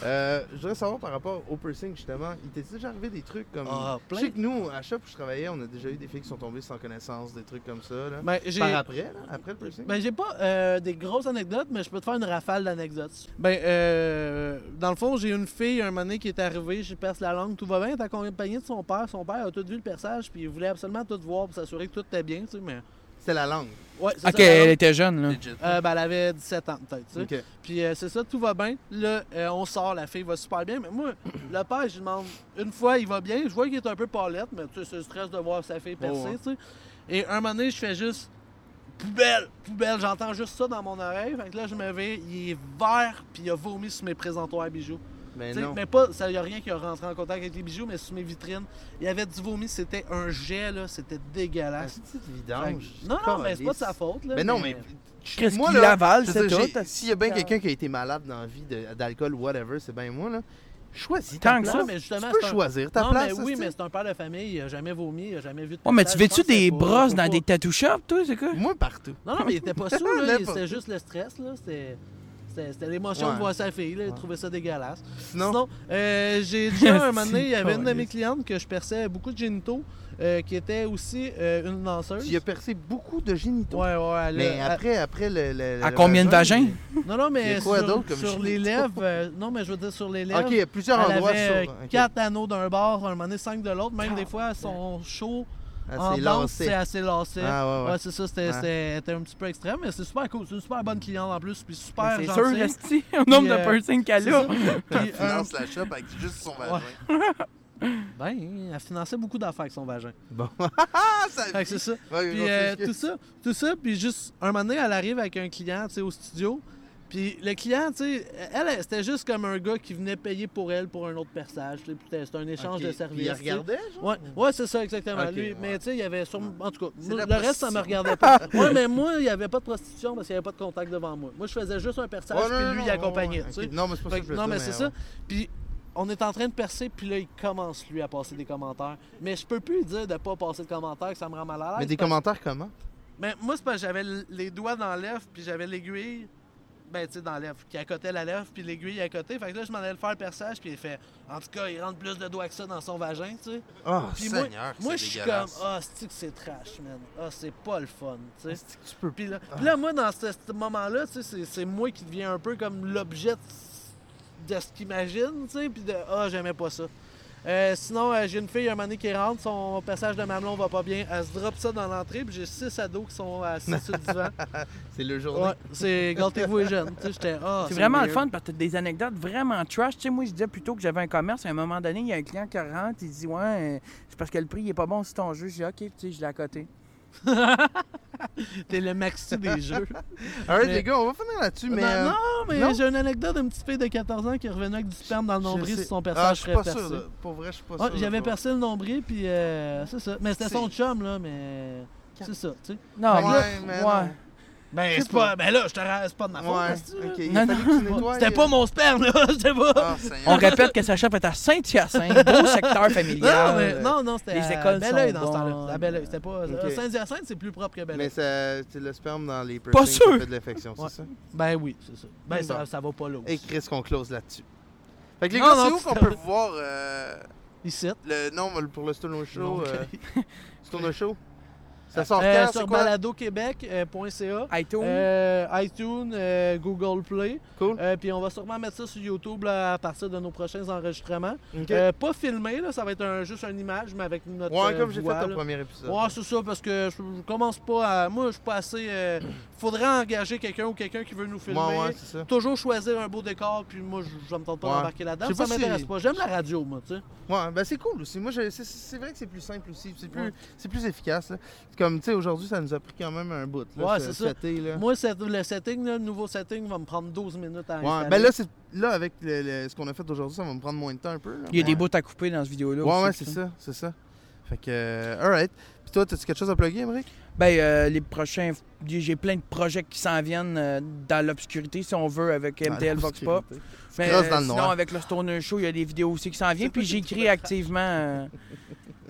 S1: euh, je voudrais savoir par rapport au piercing, justement. Il t'est déjà arrivé des trucs comme.
S2: Ah,
S1: je
S2: plein.
S1: sais que nous, à chaque où je travaillais, on a déjà eu des filles qui sont tombées sans connaissance, des trucs comme ça. Là.
S2: Ben, j'ai...
S1: Par après, là, après le piercing.
S2: Ben, j'ai pas euh, des grosses anecdotes, mais je peux te faire une rafale d'anecdotes. Ben, euh, dans le fond, j'ai une fille, un moment donné, qui est arrivée, je perce la langue, tout va bien, elle est accompagnée de son père. Son père a tout vu le perçage, puis il voulait absolument tout voir pour s'assurer que tout était bien, tu sais, mais...
S1: C'était la langue.
S2: Ouais, c'est
S3: Ok,
S2: ça, la
S3: elle
S2: langue.
S3: était jeune, là.
S1: Legit.
S2: Euh, ben, elle avait 17 ans, peut-être, tu sais.
S1: Ok.
S2: Puis euh, c'est ça, tout va bien. Là, euh, on sort, la fille va super bien. Mais
S1: [CLEARS THROAT]
S2: moi, le père, je lui demande une fois, il va bien. Je vois qu'il est un peu palette, mais tu sais, c'est le stress de voir sa fille percer,
S1: Ouais, ouais.
S2: tu sais. Et un moment donné, je fais juste poubelle, poubelle. J'entends juste ça dans mon oreille. Fait que là, je me vais, il est vert, puis il a vomi sur mes présentoirs à bijoux.
S1: Mais
S2: T'sais,
S1: Ben non.
S2: mais pas, ça y a rien qui a rentré en contact avec les bijoux, mais sur mes vitrines, il y avait du vomi, c'était un jet, là, c'était
S1: Ah,
S2: dégueulasse.
S1: C'est une
S2: Fait
S1: vidange.
S2: que- non, non, mais c'est pas de sa faute, là.
S1: Mais non, mais.
S3: Chris
S1: Moi,
S3: qui
S1: là,
S3: l'avale,
S1: je veux
S3: c'est
S1: dire, j'ai-
S3: tout.
S1: S'il y a bien quelqu'un qui a été malade dans la vie de- d'alcool, whatever, c'est bien moi, là. Choisis ta
S3: Tant que
S1: place.
S3: ça,
S2: mais justement,
S1: tu peux
S2: c'est un-
S1: choisir ta
S2: non,
S1: place.
S2: mais oui,
S1: hostie.
S2: mais c'est un père de famille, il a jamais vomi, il a jamais vu de
S3: Ouais, mais
S2: pissage,
S3: tu
S2: je pense
S3: veux-tu
S2: que c'est
S3: des
S2: pas-
S3: brosses
S2: faut
S3: dans
S2: pas-
S3: des tattoo shops, toi, c'est quoi?
S1: Moi, partout.
S2: Non, non, mais il était
S1: [LAUGHS]
S2: pas sous, là,
S1: N'importe.
S2: c'était juste le stress, là, c'était... C'était c'était l'émotion
S1: Ouais.
S2: de voir sa fille, là, il
S1: Ouais.
S2: trouvait ça dégueulasse.
S1: Sinon,
S2: Sinon, euh, j'ai déjà un moment
S1: [LAUGHS]
S2: donné, il y avait une de
S3: Colisse.
S2: mes clientes que je perçais beaucoup de génitaux, euh, qui était aussi euh, une danseuse.
S1: tu y as percé beaucoup de génitaux.
S2: Ouais, ouais, elle a-
S1: mais
S2: elle-
S1: après, après le. le-
S3: À
S1: le
S3: combien de vagins?
S2: Non, non,
S1: Il y
S2: mais
S1: a quoi
S2: sur,
S1: d'autre comme
S2: sur
S1: chimie?
S2: les lèvres, euh, non, mais je veux dire sur les lèvres,
S1: Ok, il y a plusieurs
S2: elle
S1: endroits
S2: avait
S1: sur.
S2: euh,
S1: ok.
S2: quatre anneaux d'un bord, un moment donné, cinq de l'autre, même des fois, elles sont chauds
S1: Ah,
S2: en
S1: c'est
S2: danse,
S1: lancé.
S2: c'est assez lancé.
S1: Ah, ouais, ouais.
S2: Ouais, c'est ça, c'était
S1: Ouais.
S2: c'était- c'était un petit peu extrême, mais c'est super cool, c'est une super bonne cliente en plus, puis super
S3: C'est sûr,
S2: gentille.
S3: Resti, au nombre
S2: Puis,
S3: de
S2: euh,
S3: piercings qu'elle
S2: C'est
S3: a.
S2: ça.
S3: [LAUGHS]
S2: Puis,
S1: Tu
S2: euh,
S1: lances la chope avec juste son vagin.
S2: [LAUGHS] ben, elle finançait beaucoup d'affaires avec son vagin. [LAUGHS]
S1: Bon. ah, ça.
S2: Fait que c'est ça.
S1: Ouais,
S2: Puis
S1: non,
S2: euh,
S1: c'est ce que-
S2: tout ça, tout ça, puis juste un moment donné, elle arrive avec un client, tu sais, au studio. Puis le client, tu sais, elle, elle, c'était juste comme un gars qui venait payer pour elle pour un autre persage. tu sais, puis C'était c'était un échange
S1: Ok,
S2: de
S1: puis
S2: services.
S1: Il
S2: tu sais.
S1: regardait, genre.
S2: Ouais, ouais c'est ça, exactement.
S1: Mm. Ok,
S2: lui,
S1: ouais. Mm.
S2: Mais tu sais, il y avait sûrement. En tout cas,
S1: C'est
S2: moi,
S1: la
S2: le reste, ça me
S1: prostitution.
S2: regardait pas.
S1: [LAUGHS]
S2: ouais, mais moi, il n'y avait pas de prostitution parce qu'il n'y avait pas de contact devant moi. Moi, je faisais juste un persage,
S1: Ouais, non,
S2: puis
S1: non,
S2: lui,
S1: non,
S2: il accompagnait.
S1: ouais, ouais,
S2: tu sais.
S1: ok. Non, mais c'est pas ça
S2: Fait
S1: que je
S2: que-
S1: veux
S2: non,
S1: dire,
S2: mais c'est ça. Puis on est en train de percer, puis là, il commence, lui, à passer des commentaires. Mais je peux plus lui dire de pas passer de commentaires, que ça me rend mal à l'aise.
S1: Mais des
S2: parce-
S1: commentaires comment
S2: Ben, moi, c'est parce que j'avais l- les doigts dans l'œuf, puis j'avais l'aiguille ben, tu sais, dans l'œuf, qui accotait la lèvre, puis l'aiguille à côté. Fait que là, je m'en allais le faire le perçage, puis il fait, en tout cas, il rentre plus de doigts que ça dans son vagin, tu sais.
S1: Oh,
S3: Ah,
S2: Puis moi,
S1: Seigneur,
S2: moi je
S1: c'est
S2: suis comme,
S1: dégueulasse.
S2: ah, c'est que c'est trash, man. Ah, c'est pas le fun, tu
S1: Ah.
S2: sais.
S5: Tu peux
S2: Puis là, puis là, moi, dans ce, ce moment-là, tu sais, c'est- c'est moi qui deviens un peu comme l'objet de, de ce qu'il imagine, tu sais, puis de « Ah, j'aimais pas ça Euh, Sinon, euh, j'ai une fille, un moment donné, qui rentre, son passage de mamelon va pas bien, elle se drop ça dans l'entrée, puis j'ai six ados qui sont assis sur le
S1: [LAUGHS]
S2: divan.
S1: C'est le journée.
S2: Ouais, c'est « Gâtez-vous les jeunes », tu sais, j'étais « Ah,
S3: C'est vraiment le
S2: weird.
S3: fun parce que t'as des anecdotes vraiment trash. Tu sais, moi, je disais plutôt que j'avais un commerce. À un moment donné, il y a un client qui rentre, il dit Ouais, euh, c'est parce que le prix, il est pas bon sur ton jeu. Je dis Ok, puis tu sais, je l'ai à côté.
S2: T'es le
S1: [LAUGHS]
S2: maxi des jeux.
S1: Alright,
S2: Mais-
S1: les gars, on va finir là-dessus, mais.
S2: non,
S1: euh,
S2: Ben, non, mais
S1: non.
S2: j'ai une anecdote d'une petite fille de 14 ans qui revenait avec du sperme dans le
S1: je
S2: nombril
S1: sais-
S2: si son
S1: Ah, je
S2: personnage
S1: suis
S2: serait
S1: pas
S2: percé.
S1: sûr. là. Pour vrai, je suis pas
S2: Ouais,
S1: sûr.
S2: j'avais
S1: là.
S2: percé le nombril, puis euh, c'est ça. Mais c'était son chum, là, mais. C'est ça, tu sais.
S3: Non,
S1: Ouais,
S3: là,
S1: mais non.
S2: Ben,
S1: c'est
S2: c'est pas. Ben là, je te ra- c'est pas de ma faute.
S1: Ouais,
S2: est-ce que-
S1: ok. il
S3: Non,
S1: fallait que
S2: [LAUGHS]
S1: tu nettoies,
S2: C'était
S1: euh,
S2: pas mon sperme, là, [LAUGHS] je sais pas.
S1: Ah,
S3: On
S1: Seigneur.
S3: répète que sa shop est à Saint-Hyacinthe, beau secteur familial.
S2: non, mais, non, non, c'était.
S3: les
S2: à
S3: écoles
S2: Belleuil
S3: sont
S2: dans ce temps-là.
S3: bonnes.
S2: À Belleuil, c'était pas.
S1: euh,
S2: euh,
S1: Ok.
S2: Saint-Hyacinthe, c'est plus propre que
S1: Mais
S2: Belleuil.
S1: ça- c'est le sperme dans les
S3: Pas
S1: piercings qui
S3: sûr.
S1: fait de l'infection, c'est
S2: Ouais.
S1: ça?
S2: Ben oui, c'est ça. Ben,
S1: Bon.
S2: ça, ça va pas là.
S1: Et
S2: aussi.
S1: Chris, qu'on close là-dessus. Fait que les
S2: Non,
S1: gars,
S2: non,
S1: c'est où
S2: tu
S1: qu'on
S2: te-
S1: peut voir euh,
S2: Ici.
S1: le nom pour le Stone Show?
S2: Donc,
S1: euh, [LAUGHS] Stone Show? Ça sort
S2: euh,
S1: quand? C'est
S2: sur euh,
S1: quoi?
S2: baladoquebec.ca.
S3: iTunes.
S2: Euh, iTunes, euh, Google Play.
S1: Cool.
S2: Euh, puis on va sûrement mettre ça sur YouTube là, à partir de nos prochains enregistrements.
S1: Ok.
S2: Euh, pas filmé, là, ça va être un- juste une image, mais avec notre.
S1: Ouais,
S2: euh,
S1: comme j'ai fait
S2: voix,
S1: au
S2: là.
S1: premier épisode.
S2: Ouais, c'est ça, parce que je, je commence pas à. Moi, je suis pas assez. euh, faudrait engager quelqu'un ou quelqu'un qui veut nous filmer.
S1: Ouais, ouais, c'est ça.
S2: Toujours choisir un beau décor, puis moi, je, je me tente pas
S1: Ouais.
S2: d'embarquer
S1: Je
S2: là-dedans.
S1: sais
S2: Ça
S1: pas si-
S2: m'intéresse pas. J'aime la radio, moi, tu sais.
S1: Ouais, ben c'est cool aussi. Moi, je- c'est- c'est vrai que c'est plus simple aussi. C'est plus,
S2: Ouais.
S1: c'est plus efficace. là. C'est Comme, tu sais, aujourd'hui, ça nous a pris quand même un bout. Là,
S2: Ouais,
S1: ce-
S2: c'est
S1: ce
S2: ça.
S1: été, là.
S2: Moi, c'est- le setting, là, le nouveau setting, va me prendre 12 minutes à
S1: Ouais,
S2: installer.
S1: ben
S2: [LAUGHS]
S1: là, c'est, là avec le- le- ce qu'on a fait aujourd'hui, ça va me prendre moins de temps un peu. là.
S3: Il y a des
S1: Ouais.
S3: bouts à couper dans cette vidéo-là.
S1: Ouais,
S3: aussi,
S1: ouais,
S3: tout
S1: c'est ça, c'est ça. Fait que, euh, alright. Puis toi, t'as-tu quelque chose à plugger, Emmerich?
S3: Ben, euh, les prochains. J'ai plein de projets qui s'en viennent euh, dans l'obscurité, si on veut, avec
S1: Ben,
S3: MTL Vox Pop. euh,
S1: Tu crosses dans le
S3: sinon,
S1: noir.
S3: avec le Stoner Show, il y a des vidéos aussi qui s'en viennent. Puis j'écris activement. euh,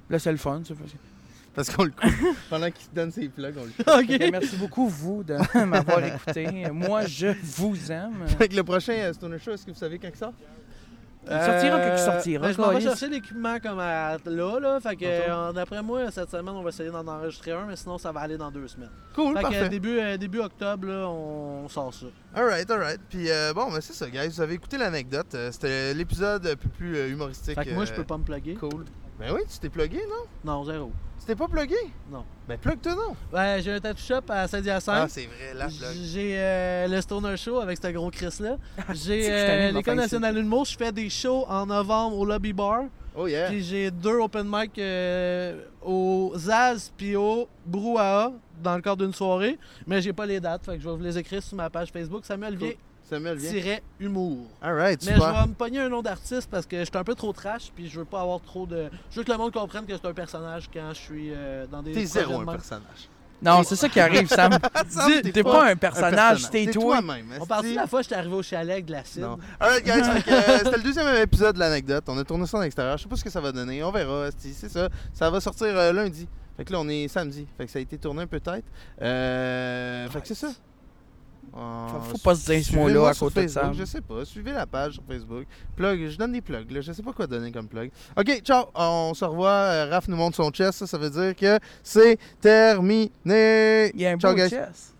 S3: Là, c'est le fun. ça, parce que-
S1: Parce qu'on le
S2: [LAUGHS]
S1: coupe. Pendant qu'il se donne ses plugs, on le coupe.
S3: Ok, merci beaucoup, vous, de [LAUGHS] m'avoir écouté. Moi, je vous aime.
S1: Fait que le prochain euh, Stoner Show, est-ce que vous savez quand il sort?
S3: Il sortira quand il sortira,
S2: ben, je m'en vais
S3: câlisse.
S2: chercher l'équipement comme à, là, là. Fait que,
S1: Antoine?
S2: euh, d'après moi, cette semaine, on va essayer d'en enregistrer un, mais sinon, ça va aller dans deux semaines.
S1: Cool,
S2: Fait que, euh,
S1: parfait.
S2: début, euh, début octobre, là, on, on sort ça.
S1: Alright, alright. Puis euh, bon, ben c'est ça, guys. Vous avez écouté l'anecdote. Euh, C'était l'épisode un peu plus euh, humoristique.
S2: Fait que moi,
S1: euh,
S2: je peux pas me plugger.
S1: Cool. Ben oui, tu t'es plugué, non?
S2: Non, zéro.
S1: Tu t'es pas plugué?
S2: Non.
S1: Ben plug-toi, non.
S2: Ouais, j'ai un tattoo shop à
S1: Ah,
S2: Saint-Hyacinthe.
S1: c'est vrai, la plug.
S2: j'ai euh, le Stoner Show avec ce gros Chris là.
S3: Ah, que je
S2: J'ai
S3: suis
S2: euh,
S3: tanné
S2: l'École
S3: de m'en faire
S2: nationale de l'humour. Je fais des shows en novembre au Lobby Bar.
S1: Oh yeah.
S2: Puis j'ai deux open mic euh, au Zaz puis au Brouhaha dans le cadre d'une soirée. Mais j'ai pas les dates, fait que je vais vous les écrire sur ma page Facebook. Samuel
S1: Cool. Samuel, viens.
S2: Vier-Humour.
S1: Alright,
S2: Mais je
S1: super.
S2: vais me pogner un nom d'artiste parce que je suis un peu trop trash puis je veux pas avoir trop de. Je veux que le monde comprenne que c'est un personnage quand je suis euh, dans des.
S1: T'es
S2: projets
S1: zéro
S2: de
S1: un
S2: même.
S1: personnage.
S3: Non, c'est ça qui arrive, [LAUGHS] Sam.
S1: Sam,
S3: T'es pas un personnage, t'es
S1: T'es
S3: toi.
S1: toi-même.
S2: On parle de
S1: esti.
S2: la fois que j'étais arrivé au chalet avec de l'acide.
S1: Non. Alright, guys, fait que, euh, c'était le deuxième épisode de l'anecdote. On a tourné ça en extérieur. Je sais pas ce que ça va donner. On verra. esti. C'est ça. Ça va sortir euh, lundi. Fait que là, on est samedi. Fait que ça a été tourné un peu tête. Euh, fait que c'est ça. Euh,
S3: Faut pas se dire ce
S1: suivez-moi
S3: mot-là à
S1: sur
S3: côté de
S1: Facebook,
S3: Sam.
S1: Je sais pas. Suivez la page sur Facebook. Plug. Je donne des plugs. Là. Je sais pas quoi donner comme plug. Ok, ciao. On se revoit. Euh, Raph nous montre son chest. Ça, ça veut dire que c'est terminé.
S3: Il y a un
S1: ciao,
S3: beau
S1: guys.
S3: chest.